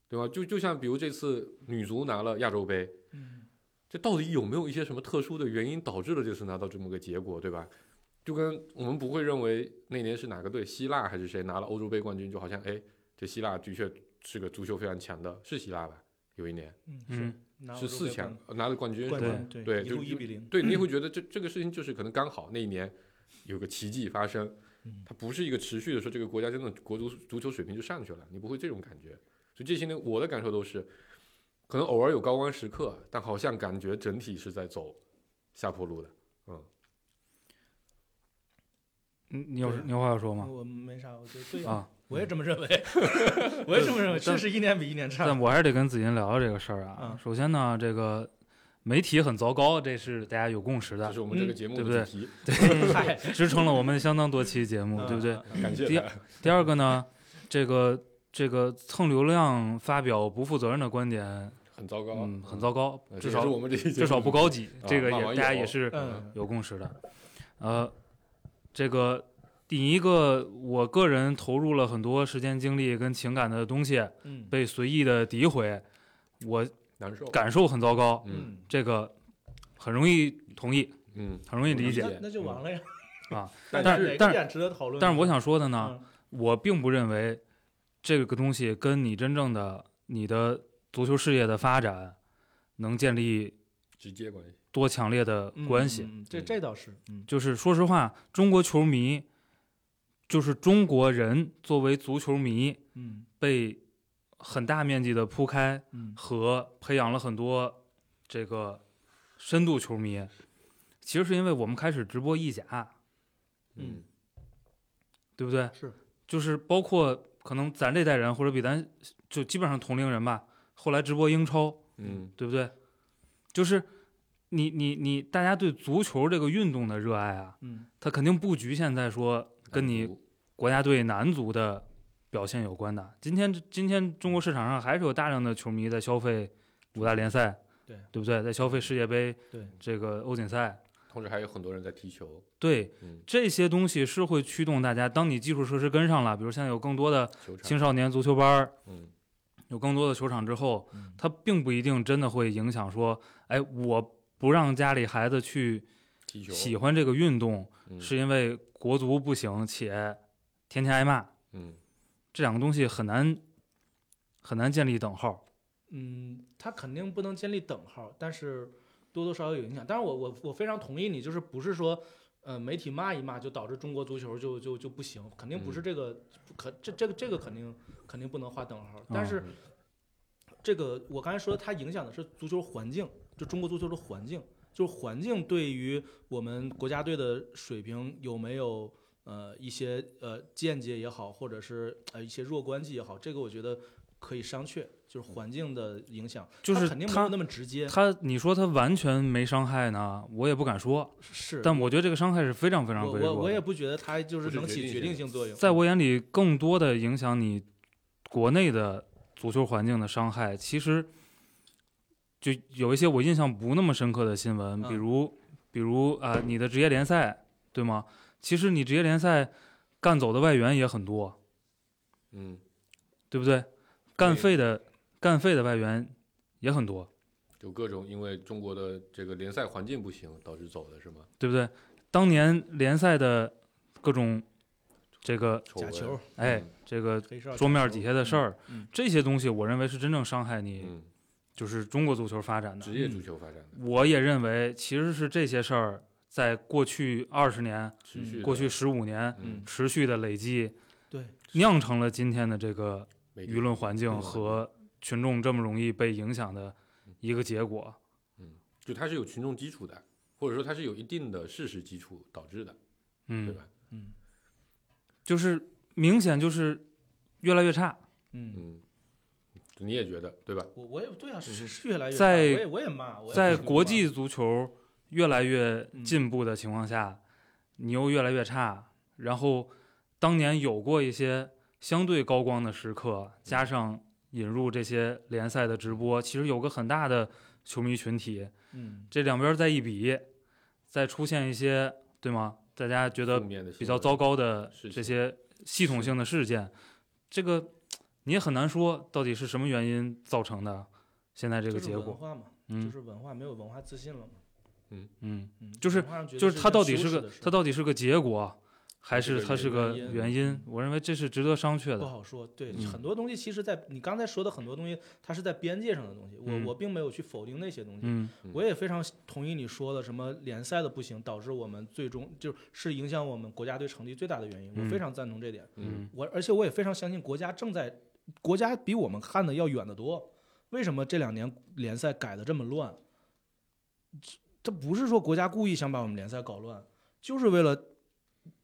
对吧？就就像比如这次女足拿了亚洲杯，嗯，这到底有没有一些什么特殊的原因导致了这次拿到这么个结果，对吧？就跟我们不会认为那年是哪个队，希腊还是谁拿了欧洲杯冠军，就好像哎，这希腊的确是个足球非常强的，是希腊吧？有一年嗯是嗯，拿是欧洲四杯强呃拿了冠军，冠是吧冠军，对一就路一就比零，对，你也嗯会觉得这这个事情就是可能刚好那一年有个奇迹发生嗯，它不是一个持续的说这个国家真的国足足球水平就上去了，你不会这种感觉。所以这些年我的感受都是，可能偶尔有高光时刻，但好像感觉整体是在走下坡路的。你你有你有话要说吗？我没啥，我觉得对啊，我也这么认为， (laughs) 我也这么认为，确但实一年比一年差但。我还是得跟子欣聊聊这个事儿啊嗯。首先呢，这个媒体很糟糕，这是大家有共识这的是，我们这个嗯节目对不的主题， (laughs) 嗨，嗯支撑了我们相当多期节目，对不对？感谢第大家。第二个呢，这个这个蹭流量发表不负责任的观点，很糟糕，嗯，很糟糕呃，至这也少是我们这期节至少目不高级，啊这个骂完也大家有也是嗯，有共识的。呃，这个第一个，我个人投入了很多时间、精力跟情感的东西，嗯被随意的诋毁，我难受。感受很糟糕。嗯嗯，这个很容易同意，嗯，很容易理理解解那那就完了呀。啊。但但哪是个但是点值得讨论？但是我想说的呢，嗯，我并不认为这个东西跟你真正的你的足球事业的发展能建立直接关系。多强烈的嗯关系。嗯这这倒是，嗯就是说实话，中国球迷，就是中国人作为足球迷嗯被很大面积的铺开嗯和培养了很多这个深度球迷，其实是因为我们开始直播意甲，嗯，对不对？是，就是包括可能咱这代人或者比咱就基本上同龄人吧，后来直播英超，嗯对不对？就是你你你，大家对足球这个运动的热爱啊，嗯它肯定不局限在说跟满你足国家队男足的表现有关的。今天今天中国市场上还是有大量的球迷在消费五大联赛，对对不对？在消费世界杯、对这个欧锦赛，同时还有很多人在踢球，对嗯，这些东西是会驱动大家。当你基础设施跟上了，比如现在有更多的球场。青少年足球班儿，嗯有更多的球场之后嗯，它并不一定真的会影响说，哎，我不让家里孩子去踢球喜欢这个运动，嗯是因为国足不行且天天挨骂，嗯这两个东西很难很难建立等号。嗯，他肯定不能建立等号，但是多多少少有影响。但是我我我非常同意你，就是不是说，呃，媒体骂一骂就导致中国足球就就就不行，肯定嗯不是这个，可这这个这个肯定肯定不能画等号。但是嗯这个我刚才说它影响的是足球环境，就中国足球的环境，就是环境对于我们国家队的水平有没有呃一些呃间接也好，或者是呃一些弱关系也好，这个我觉得可以商榷，就是环境的影响，就是它肯定没有他那么直接，他你说他完全没伤害呢，我也不敢说，是，但我觉得这个伤害是非常非常我微弱我的。我也不觉得它就不是是能决起定决性定的性作用，在我眼里，更多的影响你国内的足球环境的伤害，其实就有一些我印象不那么深刻的新闻，比嗯如，比如啊、你的职业联赛，对吗？其实你职业联赛干走的外援也很多，嗯，对不对？干对废的干废的外援也很多，就各种因为中国的这个联赛环境不行导致走的是吗？对不对？当年联赛的各种这个丑假闻球，哎嗯这个黑哨，桌面底下的事儿嗯嗯，这些东西我认为是真正伤害你。嗯，就是中国足球发展的职。业嗯足球发展的我也认为，其实是这些事儿在过去二十年、持续的，过去十五年嗯，持续的累积，对，酿成了今天的这个媒体舆论环媒境体和群众这么容易被影响的一个结果。就它是有群众基础的，或者说它是有一定的事实基础导致的，对嗯，吧？嗯就是明显就是越来越差。嗯，嗯，你也觉得对吧？我我也对啊，是是越来越大，在我也我也骂，我也在骂国际足球越来越嗯进步的情况下，你又越来越差。然后，当年有过一些相对高光的时刻，嗯加上引入这些联赛的直播，其实有个很大的球迷群体。嗯这两边再一比，再出现一些对吗？大家觉得负面的新闻比较糟，糕的是这些系统性的事件，这个你也很难说到底是什么原因造成的现在这这个结文果。化嘛，就嗯是文化没有文化自信了嘛，嗯。嗯，就是文化上觉得就是它件到底羞是耻个的事它到底是个结果，啊还是它还是是个个原原因？我认为这是值得商榷不的。好说。对，嗯很多东西其实在，你刚才说的很多东西，它是在边界上的东西。我、嗯我并没有去否定那些东西。嗯我也非常同意你说的，什么联赛的不行，导致我们最终就是影响我们国家队成绩最大的原因。嗯我非常赞同这点。嗯，嗯我而且我也非常相信国家正在，国家比我们看的要远得多。为什么这两年联赛改的这么乱？这这不是说国家故意想把我们联赛搞乱，就是为了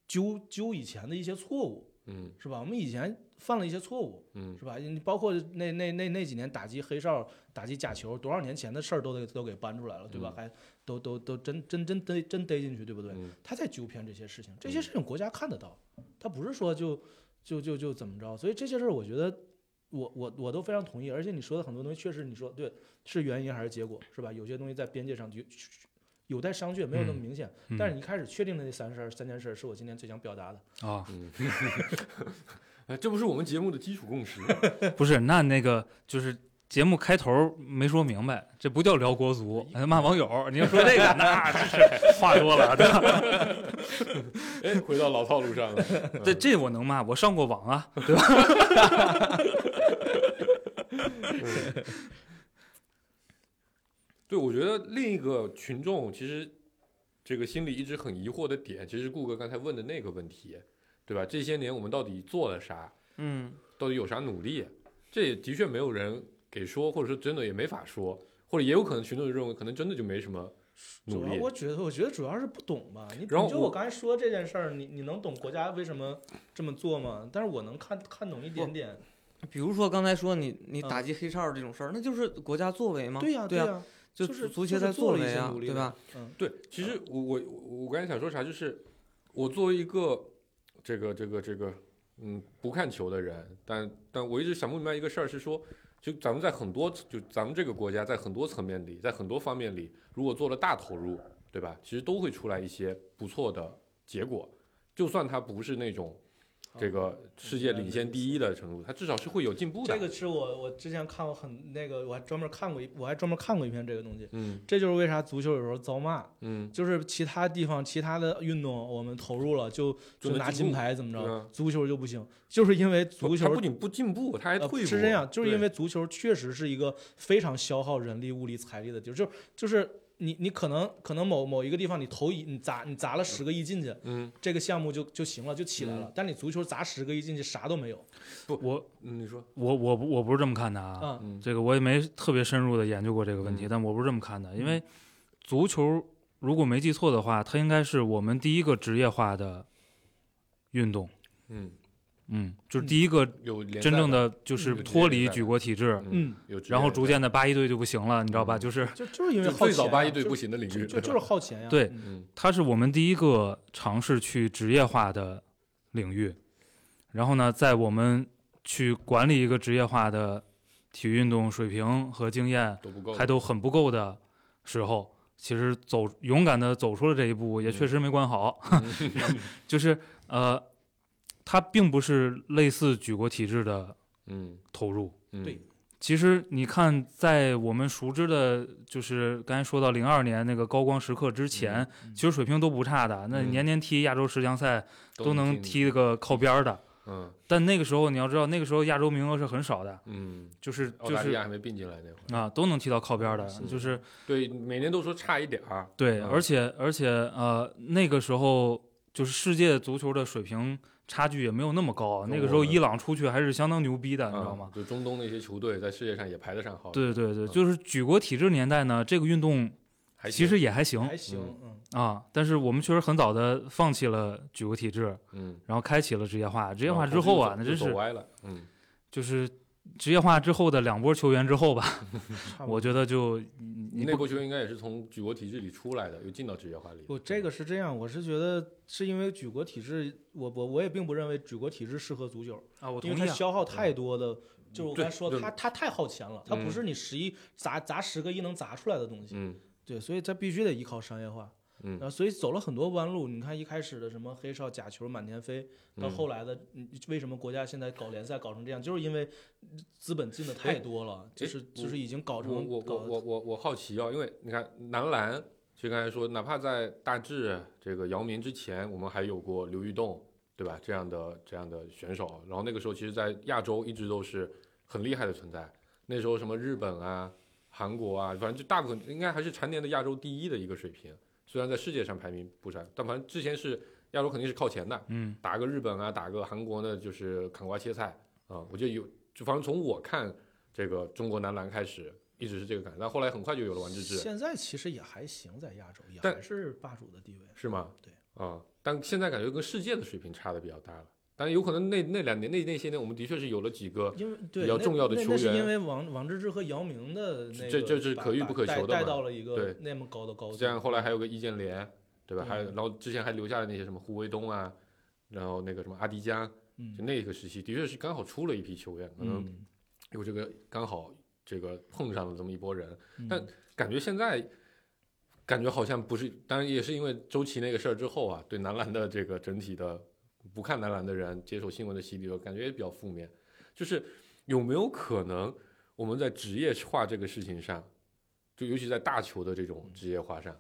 纠纠以前的一些错误，嗯是吧？我们以前犯了一些错误，嗯是吧？你包括那那那那几年打击黑哨、打击假球，多少年前的事儿都得都给搬出来了，对吧？嗯还都都都真真真逮真逮进去，对不对？嗯他在纠偏这些事情，这些事情国家看得到，他不是说就就就就怎么着，所以这些事儿我觉得我我我都非常同意，而且你说的很多东西确实你说对是原因还是结果是吧？有些东西在边界上就有待商榷，没有那么明显，嗯但是你一开始确定的那三事儿三件事儿是我今天最想表达的，啊，嗯， (laughs) 哎，这不是我们节目的基础共识，不是，那那个就是节目开头没说明白，这不叫聊国足，哎骂网友。你要说这个，那真是话多了。啊对吧？ (laughs) 哎，回到老套路上了。嗯这这我能骂，我上过网啊。对，我觉得另一个群众其实这个心里一直很疑惑的点，其实顾哥刚才问的那个问题，对吧？这些年我们到底做了啥？嗯，到底有啥努力？这也的确没有人给说，或者说真的也没法说，或者也有可能群众就认为可能真的就没什么主努要力。我觉得，我觉得主要是不懂吧。你你然后就我我刚才说这件事儿，你你能懂国家为什么这么做吗？但是我能看看懂一哦点啊点。比如说刚才说你你嗯打击黑哨这种事儿，那就是国家作为嘛，对呀、对呀、就就是足就协是在做了一为些啊，努力对的吧？对，其实我我我我刚才想说啥，就是我作为一个这个这个这个嗯不看球的人，但但我一直想不明白一个事儿是说，就咱们在很多就咱们这个国家在很多层面里，在很多方面里，如果做了大投入，对吧？其实都会出来一些不错的结果，就算它不是那种这个世界领先第一的程度，它至少是会有进步的。这个是我我之前看过很那个，我还专门看过一，我还专门看过一篇这个东西。嗯这就是为啥足球有时候遭骂，嗯，就是其他地方其他的运动我们投入了就就就能拿进步金牌怎么对着啊，足球就不行，就是因为足它球不仅不进步，它还呃退步。啊是这样，就是对因为足球确实是一个非常消耗人力、物力、财力的地儿，就是就是你你可能可能某某一个地方你投一你砸你砸了十个亿进去，嗯这个项目就就行了，就起来了。但你足球砸十个亿进去啥都没有，我嗯，你说我我不我不是这么看的啊，嗯嗯这个我也没特别深入的研究过这个问题，嗯但我不是这么看的，因为足球如果没记错的话，它应该是我们第一个职业化的运动，嗯嗯，就是第一个有联赛真正的的就是嗯脱离举国体制，嗯有职业联赛，然后逐渐的八一队就不行了，你知道嗯吧？就是就就是因为就耗最钱、早啊，八一队就不行的领就域，就对就吧是耗钱呀、对嗯嗯它是我们第一个尝试去职业化的领域，然后呢，在我们去管理一个职业化的体育运动水平和经验都不够，还都很不够的时候，其实走勇敢的走出了这一步，嗯也确实没管好， (laughs) 就是呃，它并不是类似举国体制的嗯投入，嗯对其实你看，在我们熟知的，就是刚才说到零二年那个高光时刻之前，嗯其实水平都不差的。那嗯年年踢亚洲十强赛都能能进，踢个靠边儿的。嗯但那个时候你要知道，那个时候亚洲名额是很少的，嗯，就是澳就大利是亚还没并进来那会儿，啊，都能踢到靠边儿的，是就是对，每年都说差一点儿，对，嗯而且而且呃，那个时候就是世界足球的水平差距也没有那么高。那个时候我们伊朗出去还是相当牛逼的，你知道嗯吗？就中东那些球队在世界上也排得上号，，对对对，嗯就是举国体制年代呢，这个运动还其实也还行，还行，嗯，啊，但是我们确实很早的放弃了举国体制，嗯，然后开启了职业化。职哦职业化之后啊，那真走是歪了，嗯就是职业化之后的两波球员之后吧， (laughs) 差不多。我觉得就你你那不波球员应该也是从举国体制里出来的，又进到职业化里。不，这个是这样，我是觉得是因为举国体制，我我我也并不认为举国体制适合足球，啊，我因为同它意啊，消耗太多的，就是我刚才嗯对说对它它太耗钱了，它不嗯是你十一砸砸十个亿能砸出来的东西，嗯对，所以它必须得依靠商业化，嗯然后所以走了很多弯路，你看一开始的什么黑哨、假球满天飞，到嗯后来的嗯为什么国家现在搞联赛搞成这样，就是因为资本进的太哎多了，就哎是我就是已经搞我成我搞我我我我好奇啊、因为你看男篮，就刚才说，哪怕在大志这个姚明之前，我们还有过刘玉栋，对吧？这样的这样的选手，然后那个时候其实，在亚洲一直都是很厉害的存在。那时候什么日本啊、韩国啊，反正就大部分应该还是蝉联的亚洲第一的一个水平。虽然在世界上排名不上，但反正之前是亚洲肯定是靠前的，嗯打个日本啊，打个韩国呢，就是砍瓜切菜啊、我觉得有，就反正从我看这个中国男篮开始，一直是这个感觉，但后来很快就有了王治郅，现在其实也还行，在亚洲也但还是霸主的地位。是吗？对啊、但现在感觉跟世界的水平差的比较大了。但有可能那那两年那那些年，我们的确是有了几个，因为对比较那重要的那球那是员因为王王治郅和姚明的那个这这是把可遇把不可带求的带嘛到了一个对那么高的高度。这样后来还有个易建联，对吧？对还有然后之前还留下了那些什么胡卫东啊，然后那个什么阿迪加，就嗯那个时期的确是刚好出了一批球员，可能嗯，有这个刚好这个碰上了这么一波人。嗯但感觉现在感觉好像不是，当然也是因为周琦那个事儿之后啊，对男篮的这个整体的不看男篮的人接受新闻的洗礼，感觉也比较负面。就是有没有可能我们在职业化这个事情上，就尤其在大球的这嗯种职业化上，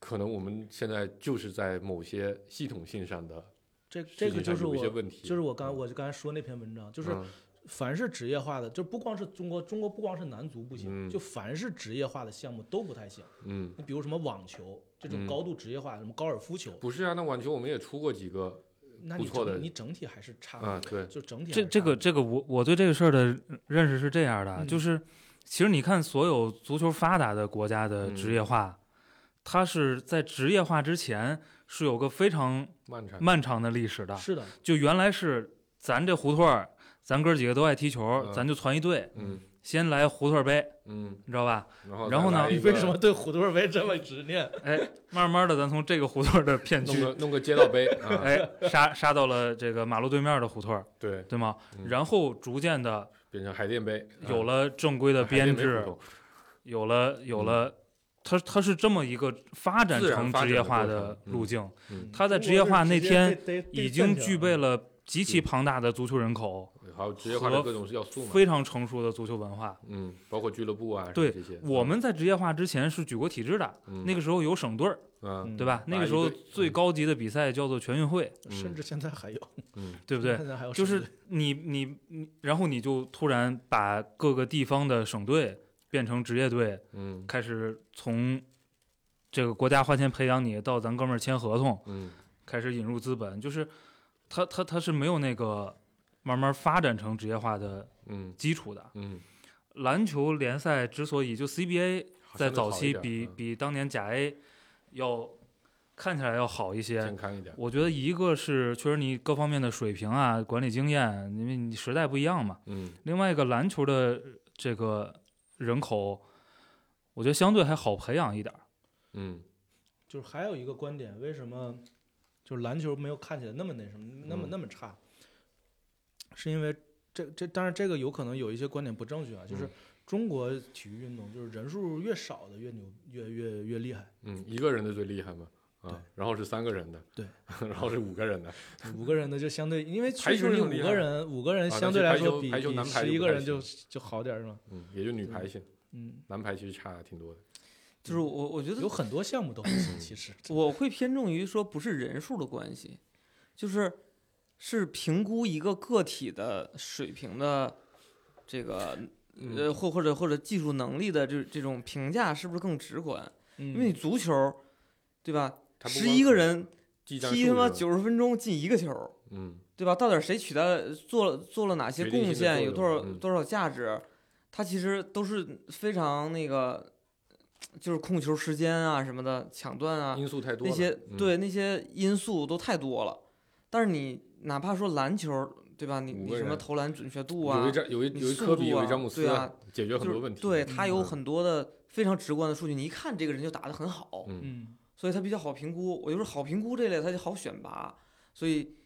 可能我们现在就是在某些系统性上的这事这情个就上是有一些我问题，就是我刚我就刚才说那篇文章，就是嗯凡是职业化的，就不光是中国，中国不光是男足不行，嗯就凡是职业化的项目都不太行。嗯，你比如什么网球这种嗯高度职业化，什么高尔夫球，不是啊，那网球我们也出过几个那不你错的整你整体还是差的啊，对，就整体还这是这差个的这个我我对这个事儿的认识是这样的，嗯就是其实你看所有足球发达的国家嗯的职业化，它是在职业化之前是有个非常漫长，漫长的历史的，嗯是的，就原来是咱这胡同儿，咱哥几个都爱踢球，嗯咱就传一队，嗯先来胡同儿杯，嗯，你知道吧？然后然后再呢来你一为个嗯什么对虎头杯这么执念？慢慢的，咱从这个胡同儿的片弄区，个弄个街道杯啊？哎，杀杀到了这个马路对面的胡同儿，对，对吗？嗯然后逐渐的变成海淀杯，有了正规的啊海淀编杯制胡，同有了有了，它它是这么一个发展嗯自然成发职业展的化过的程嗯路径。嗯他在职业化那天已经具备了，了极其庞大的足球人口，还有职业化的各种要素嘛，非常成熟的足球文化。嗯，包括俱乐部啊，什么对这些，我们在职业化之前是举国体制的，那那个时候有省队儿，嗯对吧？嗯那个时候打一队最嗯高级的比赛叫做全运会，嗯甚至现在还有，嗯对不对？ (laughs) 现在还有就甚是至你你你，然后你就突然把各个地方的省队变成职业队，嗯开始从这个国家花钱培养你，到咱哥们儿签合同，嗯开始引入资本，就是他他他是没有那个慢慢发展成职业化的嗯基础的。嗯，篮球联赛之所以就 CBA 好在像早好一期点比嗯比当年甲 A 要看起来要好一些，健康一点，我觉得一个是确实你各方面的水平啊、管理经验，因为你时代不一样嘛。嗯另外一个篮球的这个人口，我觉得相对还好培养一点儿。嗯就是还有一个观点，为什么就是篮球没有看起来那么那什么，那么嗯那么差，是因为这这当然这个有可能有一些观点不正确啊，就是嗯中国体育运动就是人数越少的越牛越越越厉害，嗯，一个人的最厉害嘛，对啊，然后是三个人的，对，然后是五个人的，五个人的就相对，因为确嗯排实球你也很厉五个害人五个人啊但相对是来排说球比排球比男排十就一不个太人就行就好点儿是吧？嗯，也就女排对行，嗯，男排其实差挺多的，就是我我嗯觉得有很多项目都很 (clears throat) 行，其实我会偏重于说不是人数的关系，就是是评估一个个体的水平的这个嗯呃或或者或者技术能力的这这种评价是不是更直观？因为你嗯，足球，对吧？他不十光一个是人技战踢术他妈是吧九十分钟进一个球，嗯对吧？到底谁取代了做了做了哪些决定性贡的献，作有多少用嗯多少价值？它其实都是非常那个，就是控球时间啊什么的，抢断啊因素太多那了，些嗯对那些因素都太多了。但是你哪怕说篮球，对吧？你五你个什么人投篮准确度有啊一，张有一你有一速科度比有一啊詹姆斯对啊解决很就多是问题，对它有嗯很多的非常直观的数据，你一看这个人就打得很好，嗯嗯，所以他比较好评估。我就是好评估这类，他就好选拔，所以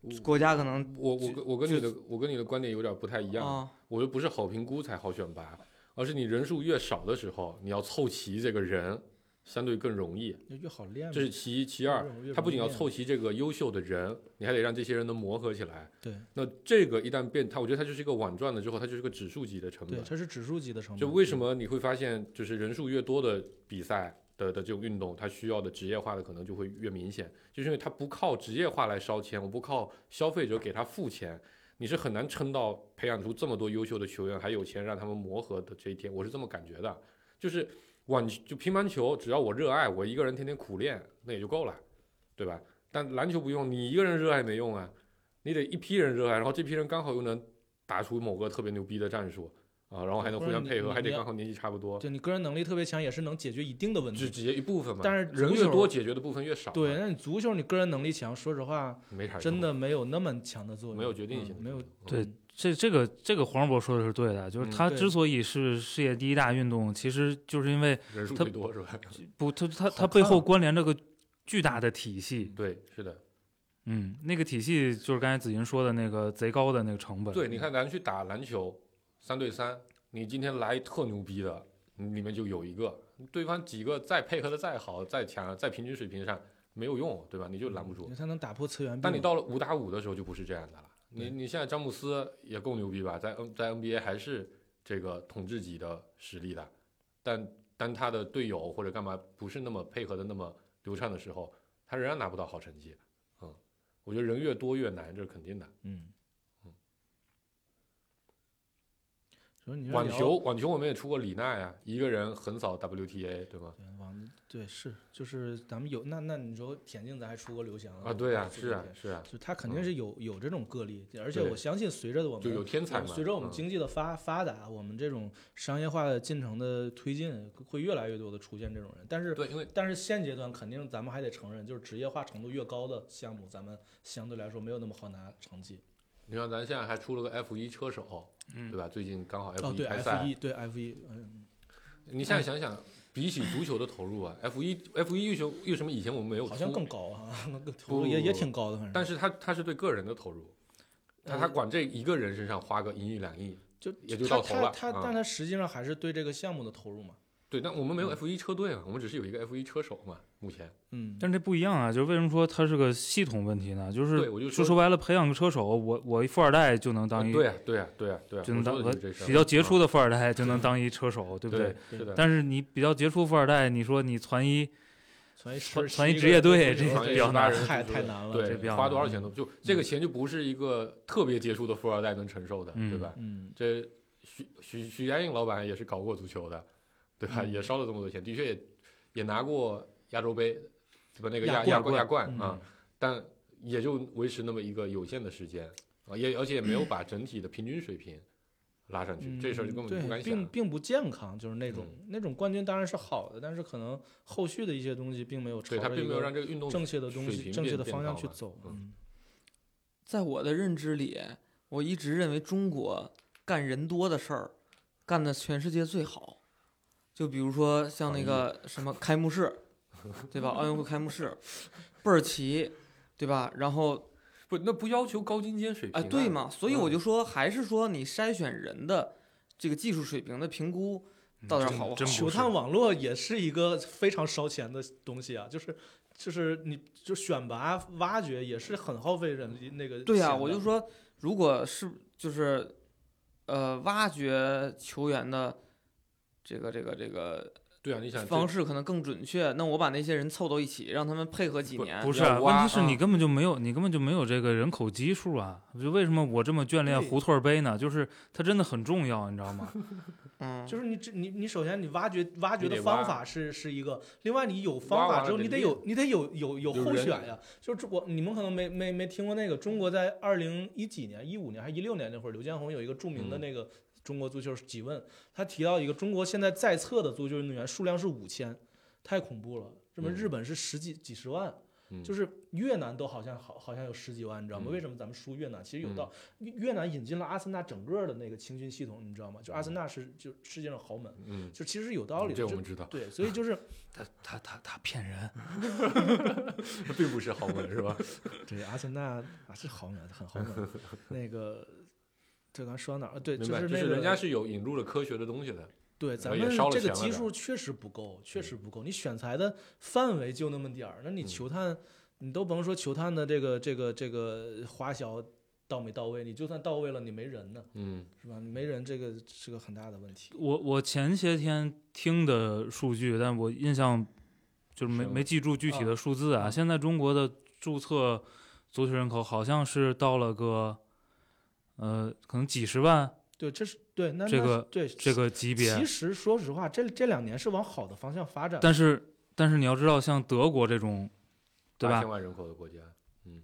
我国家可能我我就跟我跟就你的我跟你的观点有点不太一样，啊，我觉得不是好评估才好选拔，而是你人数越少的时候，你要凑齐这个人，相对更容易，就越好练嘛。这是其一。其越二，容易练他不仅要凑齐这个优秀的人，你还得让这些人能磨合起来。对那这个一旦变，它我觉得它就是一个碗转了之后，它就是个指数级的成对，本。它是指数级的成本。就为什么你会发现，就是人数越多的比赛的的这种运动，它需要的职业化的可能就会越明显，就是因为它不靠职业化来烧钱，我不靠消费者给他付钱，你是很难撑到培养出这么多优秀的球员，还有钱让他们磨合的这一天，我是这么感觉的。就是网就乒乓球，只要我热爱，我一个人天天苦练，那也就够了，对吧？但篮球不用，你一个人热爱没用啊，你得一批人热爱，啊然后这批人刚好又能打出某个特别牛逼的战术啊，然后还能互相配合，或者你还得你要刚好年纪差不多，就你个人能力特别强，也是能解决一定的问只题。只一部分嘛。但是人足越球多，解决的部分越少嘛，对，那你足球你个人能力强，说实话，没啥用真的没有那么强的作用，没有决定性的嗯没有作用对，这这个这个黄世博说的是对的，就是嗯他对之所以是世界第一大运动，其实就是因为人数他最多是吧？ (laughs) 不，他他他好背看啊后关联着个巨大的体系。对，是的，嗯，那个体系就是刚才子银说的那个贼高的那个成本。嗯对，你看咱去打篮球，三对三，你今天来特牛逼的，你里面就有一个，对方几个再配合的再好、再强、在平均水平上没有用，对吧？你就拦不嗯因住为。它能打破次元壁嘛。但你到了五打五的时候就不是这样的了。你嗯对你现在詹姆斯也够牛逼吧？在 N 在 NBA 还是这个统治级的实力的，但当他的队友或者干嘛不是那么配合的那么流畅的时候，他仍然拿不到好成绩。嗯，我觉得人越多越难，这是肯定的。嗯嗯，所以你说网你要球，网球我们也出过李娜呀，一个人横扫 WTA，对吗？对嗯网对是就是咱们有那那你说田径咱还出国刘翔啊，对呀、世是界啊杯，是啊，就他肯定嗯是有有这种个例，而且对我相信随着我就有们。天才嘛。随着我们嗯经济的发发达，我们这种商业化的进程的推进，会越来越多的出现这种人。但是，对，因为但是现阶段肯定咱们还得承认，就是职业化程度越高的项目，咱们相对来说没有那么好拿成绩。你看咱现在还出了个 F 一车手，嗯对吧？最近刚好 F 哦，一对开 F 赛一，，对 F 一，嗯，你现在想想，比起足球的投入啊，F 一 F 一为什么为什么以前我们没有出？好像更高啊，更不也也不挺高的，反正。但是他他是对个人的投入，他他嗯呃管这一个人身上花个一亿两亿，就也就他到头了他嗯他，但他实际上还是对这个项目的投入嘛。对，但我们没嗯有 F 一车队啊，我们只是有一个 F 一车手嘛，目前。嗯，但这不一样啊，就是为什么说它是个系统问题呢？就是对我就说说白了，培养个车手，我我一富二代就能当啊一，对啊，对啊，对啊，对啊，就能我当说个的就是这事儿比较杰出的，的富二代就能当一车手，对对不对？是的，但是你比较杰出富二代，你说你传一，传一传十传一11职业个队这这个个这比个较难太就是太难了，这嗯对比较，花多少难钱都就这个钱就不是一个特别杰出的富二代能承受的，嗯对吧？嗯，这许许许家印老板也是搞过足球的，对吧？嗯也烧了这么多钱，的确也也拿过亚洲杯，不那个亚亚冠冠亚冠嗯啊，但也就维持那么一个有限的时间啊，也而且也没有把整体的平均水平拉上去，嗯这事儿就根本就对不敢并想。嗯并不健康，就是那种、那种冠军当然是好的，但是可能后续的一些东西并没有朝对他着一并没有个让这个运动正确的东水西、平正确变的变方向高去嘛走。嗯嗯，在我的认知里，我一直认为中国干人多的事儿，干的全世界最好。就比如说像那个什么开幕式，对吧？奥运会开幕式，倍儿齐，对吧？然后不那不要求高精尖水哎，平，对？嘛，所以我嗯就说，还是说你筛选人的这个技术水平的评估嗯到底真好不好？真不球是探网络也是一个非常烧钱的东西啊，就是就是你就选拔挖掘也是很耗费人力那个。对呀、我就，说，如果是就是，呃，挖掘球员的这个这个这个对啊，你想这方式可能更准确。那我把那些人凑到一起，让他们配合几不年，不是要啊，问挖题是你啊根本就没有，你根本就没有这个人口基数啊！就为什么我这么眷恋对胡同儿杯呢？就是它真的很重要，你知道吗？嗯，就是你这你你首先你挖掘挖掘你得的方挖法是是一个，另外你有挖方完法了之后得你得练有你得有有有有后人选呀。就是我你们可能没没没听过那个中国在二零一几年一五年还一六年那会儿，刘建宏有一个著名的嗯那个中国足球几问，他提到一个中国现在在册的足球运动员数量是五千，太恐怖了。什么嗯日本是十几几十万，嗯就是越南都好像好好像有十几万，你知道吗？嗯为什么咱们输越南？其实有道，越越南引进了阿森纳整个的那个青训系统，你知道吗？就阿森纳是就世界上豪门，嗯，就其实有道理的。这我就们知道，对，所以就是他他他他骗人，并不是豪门是吧？对，阿森纳啊是豪门，很 (laughs) 豪门。那个，这刚说到哪儿？ (laughs) 啊对，就明白，就那个，是人家是有引入了科学的东西的，对咱也们烧了这个钱了基的数确实不够，确实不够。你选材的范围就那么点儿，那你嗯球探，你都甭说球探的这个这个这个花销到没到位，你就算到位了，你没人呢，嗯，是吧？你没人，这个是个很大的问题。我我前些天听的数据，但我印象就是没是吗没记住具体的数字啊。啊现在中国的注册足球人口好像是到了个呃，可能几十万对，这是对，那这那个对这个级其别，实说实话，这这两年是往好的方向发展的。但是但是你要知道，像德国这种，对八吧千？万人口的国家，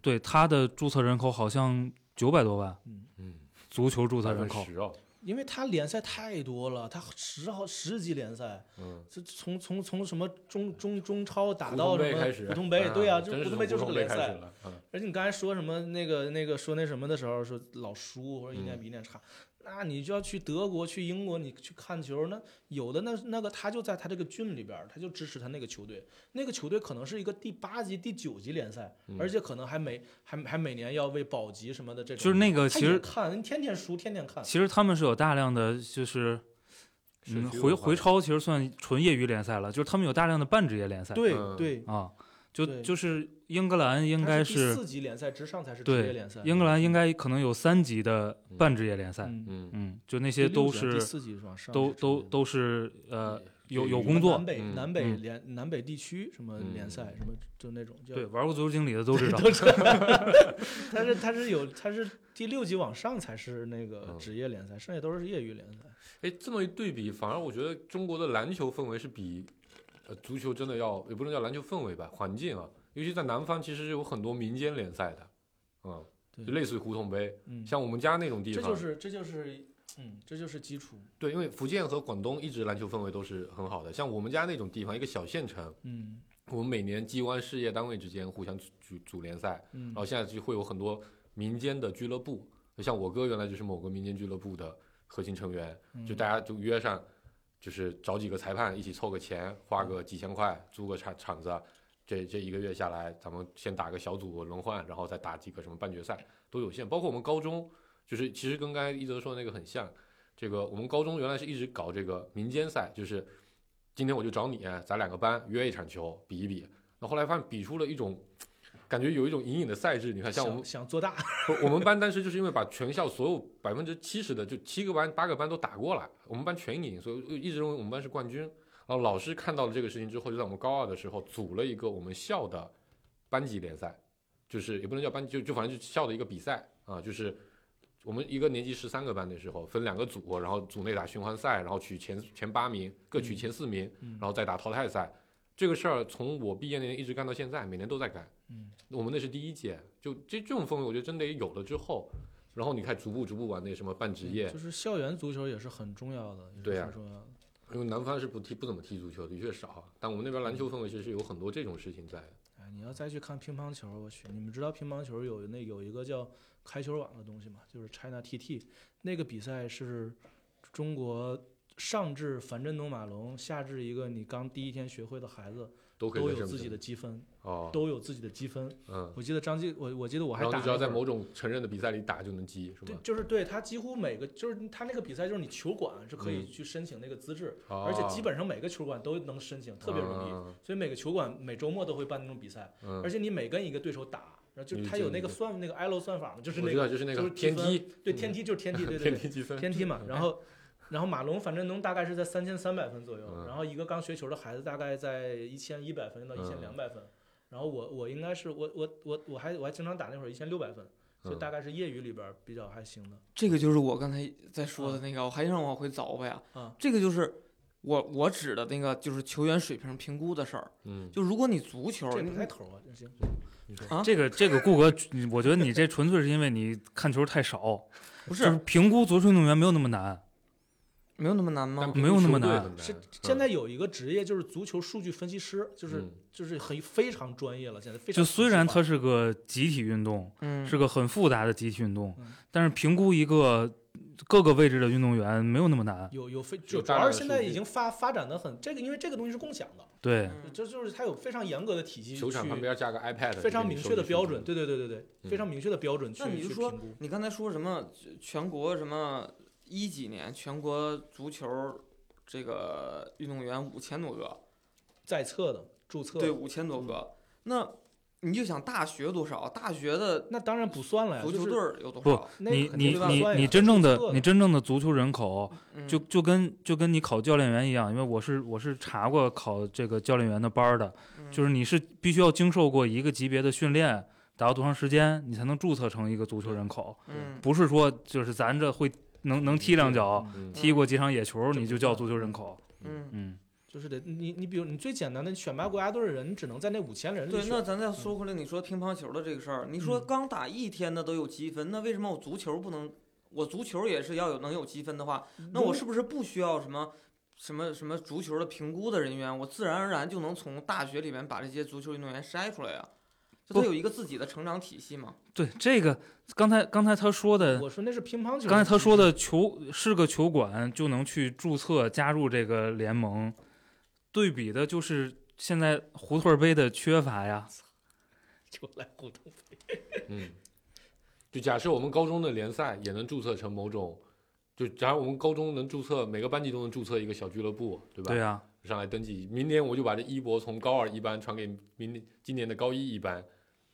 对，它的注册人口好像九百多万，嗯，嗯，足球注册百人分口。十哦，因为它联赛太多了，它十好十级联赛，嗯，这从从从什么中中中超打胡到同什杯开么始，普通杯，对啊，啊，就真普是通杯就是从个胡同杯联开始赛。了，嗯而且你刚才说什么那个那个说那什么的时候说老输或者一年嗯比一年差，那你就要去德国去英国你去看球，那有的那那个他就在他这个郡里边儿，他就支持他那个球队，那个球队可能是一个第八级第九级联赛，嗯而且可能还每还还每年要为保级什么的这种，就是那个他其也实看天天输天天看，其实他们是有大量的就是。社嗯，区回文化回的超其实算纯业余联赛了，就是他们有大量的半职业联赛。对嗯对，啊，就对就是英格兰应它该第四级联赛之上才是职对业联赛，英格兰应该可能有三级的半职业联赛，嗯。嗯，嗯，就那第些六都级还是是第四级是吧？上都是职都业联赛都是呃有对有有工作南，北嗯南北嗯联南北地区什么联赛嗯什么就那种叫，对，玩过足球经理的都知道都知道，它是它是有它是第六级往上才是那个嗯职业联赛，剩下都是业余联赛。哎，这么一对比，反而我觉得中国的篮球氛围是比呃足球真的要，也不能叫篮球氛围吧，环境啊，尤其在南方，其实有很多民间联赛的，嗯，对就类似于胡同杯，嗯，像我们家那种地这方，就是这就是嗯这就是基础。对，因为福建和广东一直篮球氛围都是很好的，像我们家那种地方，一个小县城，嗯我们每年机关事业单位之间互相组组组联赛，嗯然后现在就会有很多民间的俱乐部，像我哥原来就是某个民间俱乐部的核心成员，就大家就约上，就是找几个裁判一起凑个钱，花个几千块租个场场子，这这一个月下来，咱们先打个小组轮换，然后再打几个什么半决赛都有限。包括我们高中，就是其实跟刚才一泽说的那个很像，这个我们高中原来是一直搞这个民间赛，就是今天我就找你，咱两个班约一场球比一比。那后来发现比出了一种，感觉有一种隐隐的赛制。你看，像我们想想做大，不 (laughs) 我们班当时就是因为把全校所有百分之七十的就七个班八个班都打过来，我们班全赢，所以我一直认为我们班是冠军。然后老师看到了这个事情之后，就在我们高二的时候组了一个我们校的班级联赛，就是也不能叫班级，就就反正就校的一个比赛啊，就是我们一个年级十三个班的时候分两个组，然后组内打循环赛，然后取前前八名，各取前四名，嗯然后再打淘汰赛。这个事儿从我毕业那年一直干到现在，每年都在干。嗯，我们那是第一届，就这这种氛围，我觉得真得有了之后，然后你看逐步逐步往那什么半职业，就是校园足球也是很重要的，也是对呀很重要的。因为南方是不踢不怎么踢足球，的确少啊。但我们那边篮球氛围其实有很多这种事情在的。哎，你要再去看乒乓球，我去，你们知道乒乓球有那有一个叫开球网的东西吗？就是 China TT 那个比赛是中国上至樊振东马龙，下至一个你刚第一天学会的孩子，都可以都在有上自面己的积分，哦，都有自己的积分。嗯，我记得张继，我我记得我还然后打你只要那在会儿某种承认的比赛里打就能积，是对吗，？就是对他几乎每个就是他那个比赛就是你球馆是可嗯以去申请那个资质，哦而且基本上每个球馆都能申请，特别容易。嗯所以每个球馆每周末都会办那种比赛，嗯，而且你每跟一个对手打，然后就是你他就有那个你算那个 ILO 算法嘛，就是我那知个道，就是那就个是积天梯，对天梯就是天梯，对对天对梯积分，天梯嘛。然后然后马龙樊振东大概是在三千三百分左右，嗯然后一个刚学球的孩子大概在一千一百分到嗯一千两百分。然后我我应该是我我我我还我还经常打那会儿一千六百分，所以嗯大概是业余里边儿比较还行的。这个就是我刚才在说的那个，我还想往回凿吧呀。啊这个就是我我指的那个，就是球员水平评估的事儿。嗯，就如果你足球，哦这也你不太头啊，这行。这个这个顾哥，你我觉得你这纯粹是因为你看球太 (laughs) 少，不就是是评估足球运动员没有那么难。没有那么难但吗？并没有那么球队难很是嗯现在有一个职业就是足球数据分析师，就是、嗯就是很非常专业了，现在非常就虽然他它是个集体运动，嗯，是个很复杂的集体运动嗯，但是评估一个各个位置的运动员没有那么难。有有非就有主大量的要是现在数据已经发发展的很这个，因为这个东西是共享的，对，嗯这就是它有非常严格的体系球场旁去边加个 iPad，非常给明你确收集的数标据准，，对对对对对，嗯非常明确的标准去那你就去说评估。你刚才说什么？全国什么一几年全国足球这个运动员五千多个，在册的注册对，的，五千多个。那你就想大学多少？大学的那当然不算了呀，足球啊就是队儿有多不少？那个你肯定你不算你呀你真正的注册你真正的足球人口，嗯就就跟就跟你考教练员一样，因为我是我是查过考这个教练员的班儿的，嗯就是你是必须要经受过一个级别的训练，打到多长时间，你才能注册成一个足球人口，嗯，不是说就是咱这会能能踢两脚，嗯踢过几场野球这你不就叫算足球人口，嗯嗯，就是得你你比如你最简单的你选拔国家队的人，你只能在那五千人里对，选那咱再说回来，你说乒乓球的这个事儿，你说嗯刚打一天的都有积分，那为什么我足球不能？我足球也是要有能有积分的话，嗯那我是不是不需要什么什么什么足球的评估的人员？我自然而然就能从大学里面把这些足球运动员筛出来呀、就不他有一个自己的成长体系嘛。对这个刚才刚才他说的我说那是乒乓球。刚才他说的球是个球馆就能去注册加入这个联盟，对比的就是现在胡同儿杯的缺乏呀。就来互动，嗯，就假设我们高中的联赛也能注册成某种，就假如我们高中能注册每个班级都能注册一个小俱乐部，对吧？对啊呀、上来登记，明年我就把这衣钵从高二一班传给明年今年的高一一班，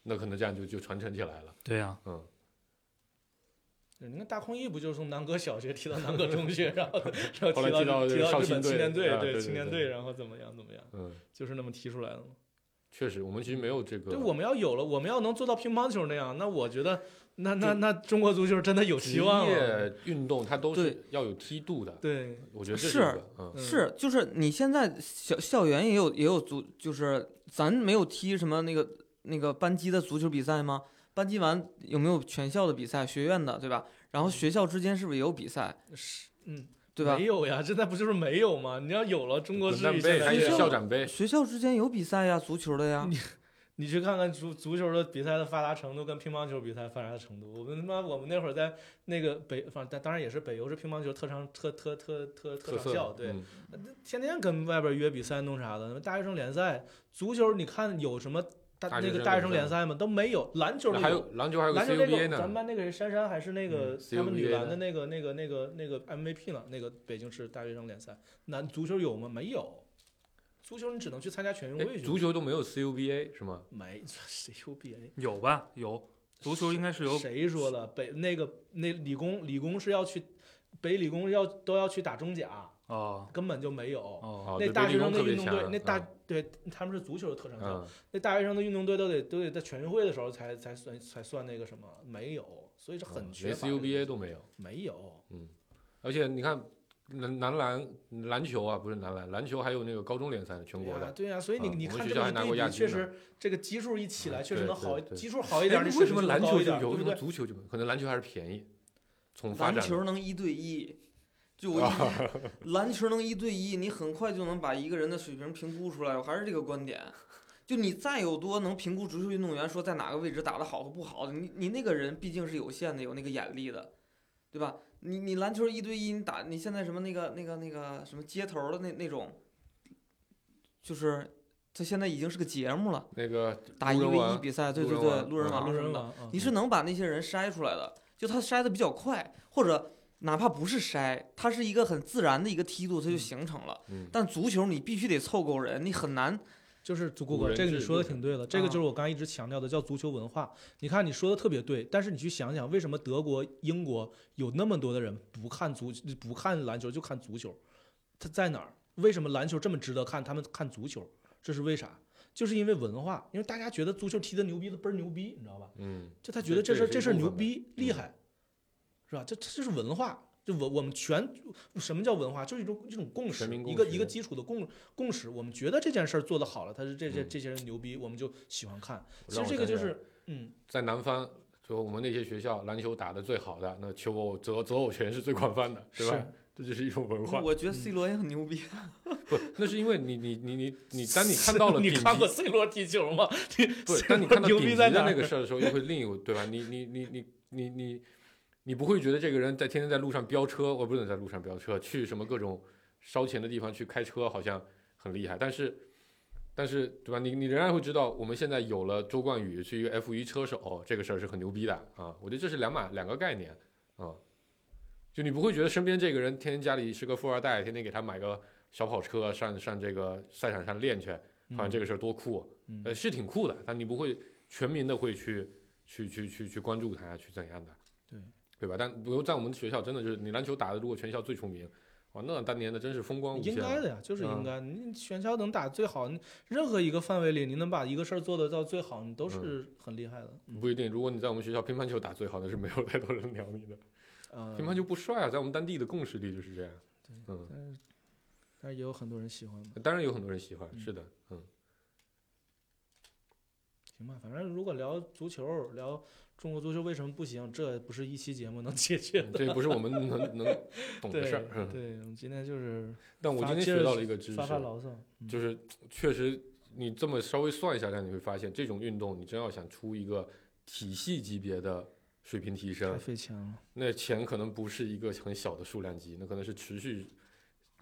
那可能这样就就传承起来了。对呀、嗯，你看大空翼不就是从南葛小学踢到南葛 (laughs) 中学，然后后然后来踢踢到到这踢个绍日兴本队青年队，啊对对青年对队，然后怎么样怎么样，嗯，就是那么踢出来的嘛。确实，我们其实没有这个对，我们要有了，我们要能做到乒乓球那样，那我觉得那那那中国足球真的有职希望了。业运动，它都是要有梯度的。对，我觉得这是一个，嗯，嗯是，就是你现在校校园也有也有足，就是咱没有踢什么那个那个班级的足球比赛吗？班级完有没有全校的比赛？学院的对吧？然后学校之间是不是也有比赛？是，嗯，对吧没？有呀，现在不就是没有吗？你要有了中国滚之蛋旅杯还现有在校长杯，学校之间有比赛呀，足球的呀。你去看看足足球的比赛的发达程度跟乒乓球比赛发达程度。我们他妈我们那会儿在那个北，反正当然也是北邮是乒乓球特长特特特特特特长色校，的对，嗯天天跟外边约比赛弄啥的。大学生联赛足球你看有什么大大学那个生大学联生赛联赛吗？都没有，篮球那里还有篮球，还有个篮球那 CUBA 个，咱们呢，班那个谁，珊珊还是那个嗯他们女 CUBA 篮的那个那个那个那个 MVP 呢？那个北京市大学生联赛，男足球有吗？没有，足球你只能去参加全运哎会去，足球都没有 CUBA 是吗？没 (laughs) 谁 UBA。有吧？有，足球应该是有谁说的？北那个那理工理工是要去北理工要都要去打中甲，哦根本就没有。哦哦，那对大对学理工生的特别运动队强，那大、嗯对他们是足球的特长教育嗯，那大学生的运动队都得都得在全运会的时候才才算才算那个什么，没有，所以是很嗯缺连乏的。 CUBA 都没有。没有，嗯，而且你看男男篮篮球啊，不是男篮，篮球还有那个高中联赛全国对呀的。对呀、所以你、嗯你我们看学校这么还一拿过对亚比，军确呢实这个基数一起来，嗯确实对能好，对对基数好一点，哎你为什么水平篮能球高一就点有，对为不什么对？足球就没有？可能篮球还是便宜，从发篮展啊球能一对一，就我一、篮球能一对一，你很快就能把一个人的水平评估出来。我还是这个观点，就你再有多能评估足球运动员说在哪个位置打得好和不好的，你你那个人毕竟是有限的，有那个眼力的，对吧？你你篮球一对一，你打你现在什么那个那个那个什么街头的那那种，就是这现在已经是个节目了，那个啊打一路人对一王比赛，对对路对，人王路人啊王路什么人的。王啊你是能把那些人筛出来的，就他筛的比较快，或者哪怕不是筛，它是一个很自然的一个梯度，它就形成了。嗯但足球你必须得凑够人，你很难。就是足五够，人这个制你说的就是挺对的，这个啊就是我刚才一直强调的，叫足球文化。你看你说的特别对，但是你去想想，为什么德国、英国有那么多的人不看足、不看篮球就看足球？它在哪儿？为什么篮球这么值得看？他们看足球，这是为啥？就是因为文化，因为大家觉得足球踢得牛逼的倍儿牛逼，你知道吧？嗯，就他觉得这事儿这这也是事儿一部牛分嗯呗逼厉害，是吧？这这就是文化，就我我们全什么叫文化？就是一种一种共识全民，共一个识一个基础的共共识。我们觉得这件事儿做得好了，他是这些嗯这些人牛逼，我们就喜欢看。其让实我这想个起就来是嗯，在南方，说我们那些学校篮球打得最好的，那球偶择择偶权是最广泛的，对吧？这就是一种文化。我觉得嗯 C 罗也很牛逼，不，那是因为你你你你你，当 (laughs) 你看到了你顶级看过 C 罗踢球吗？不 C 是，当你罗看到牛顶逼级在的哪那儿 (laughs) 个事儿的时候，又会另一个对吧？你你你你你你你不会觉得这个人在天天在路上飙车，哦我不能在路上飙车，去什么各种烧钱的地方去开车，好像很厉害。但是但是对吧？你你仍然会知道，我们现在有了周冠宇是一个 F 1车手，这个事儿是很牛逼的啊！我觉得这是两码两个概念啊。就你不会觉得身边这个人天天家里是个富二代，天天给他买个小跑车啊上上这个赛场上练去，好像这个事儿多酷、嗯呃，是挺酷的，但你不会全民的会去去去去去关注它，去怎样的，对对吧？但比如在我们学校，真的就是你篮球打的，如果全校最出名，哇，那当年的真是风光无限应啊。该的呀，就是应嗯该。你选校能打最好，你任何一个范围里，你能把一个事儿做得到最好，你都嗯是很厉害的。不一定，如果你在我们学校乒乓球打最好，那是没有太多人鸟你的。呃，乒乓球不帅啊，在我们当地的共识里就是这样。嗯但是但是也有很多人喜欢嘛。当然有很多人喜欢，嗯是的，嗯，行吧，反正如果聊足球，聊中国足球为什么不行，这不是一期节目能解 (laughs) 决的。嗯这不是我们能 (laughs) 能懂对的事儿。嗯对，我们今天就是但我发今天接着学到了一个知识，发发牢骚，嗯就是确实，你这么稍微算一下，但你会发现，这种运动你真要想出一个体系级别的水平提太升，费钱了。那钱可能不是一个很小的数量级，那可能是持续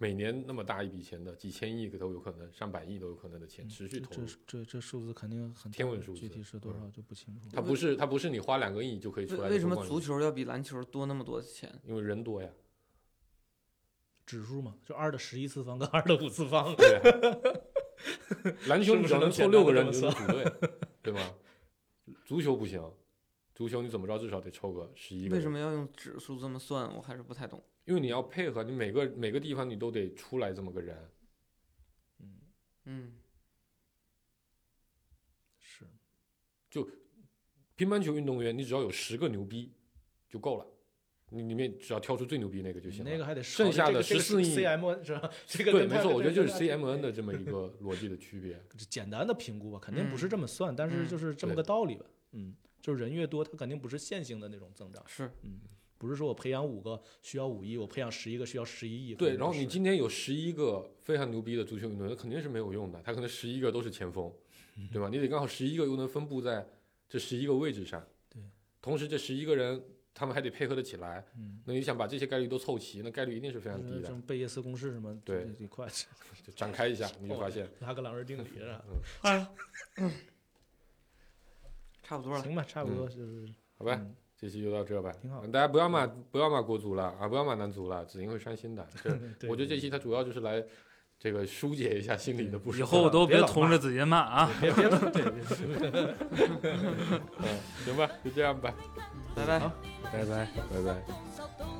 每年那么大一笔钱的，几千亿都有可能，上百亿都有可能的钱嗯持续这投入。这这这数字肯定很天大文数具字体是多嗯少就不清楚了。它不是它不是你花两个亿就可以为出来的。为什么足？球要比篮球多那么多钱？因为人多呀。指数嘛，就二的十一次方跟二的五次 (laughs) 方。对啊 (laughs) 篮球是你不只是能能凑简单六个地人，这你就么能组队，对吗？足球不行，足球你怎么着至少得凑个十一个人。为什么要用指数这么算？我还是不太懂。因为你要配合，你每个每个地方你都得出来这么个人，嗯，是，乒乓球运动员，你只要有十个牛逼就够了，你里面只要挑出最牛逼那个就你行了。那个还得剩下的14亿 CM 是吧？ (laughs) 这个对，跟没他错，跟我觉得他就是跟他 CMN 的这么一个逻辑的区别。简单的评估吧，肯定不是这么算，但是嗯就是这么对个道理吧。嗯，就是人越多，它肯定不是线性的那种增长，是不是说我培养五个需要五亿，我培养十一个需要十一亿。对，肯定然后不你是今天有十一个非常牛逼的足球运动员，肯定是没有用的，他可能十一个都是前 (laughs) 锋，对吧？你得刚好十一个又能分布在这十一个位置上，对，同时这十一个人他们还得配合得起来，嗯，那你想把这些概率都凑齐，那概率一定是非常低这的。种贝叶斯公式什么，对这，这快 (laughs) 就展开一下，你就发现。拉格朗日定理是吧？哎差不多了。行吧，嗯差不多就是好吧，嗯这期就到这吧，挺好嗯大家不要 (laughs) 骂不要骂国足了啊，不要骂男足了，子英会伤心的。这对我觉得这期它主要就是来这个疏解一下心里的不以舒服。后都别别老同着子音骂啊！别别对，嗯，行吧，就这样吧，拜拜。拜拜。拜拜。小动物。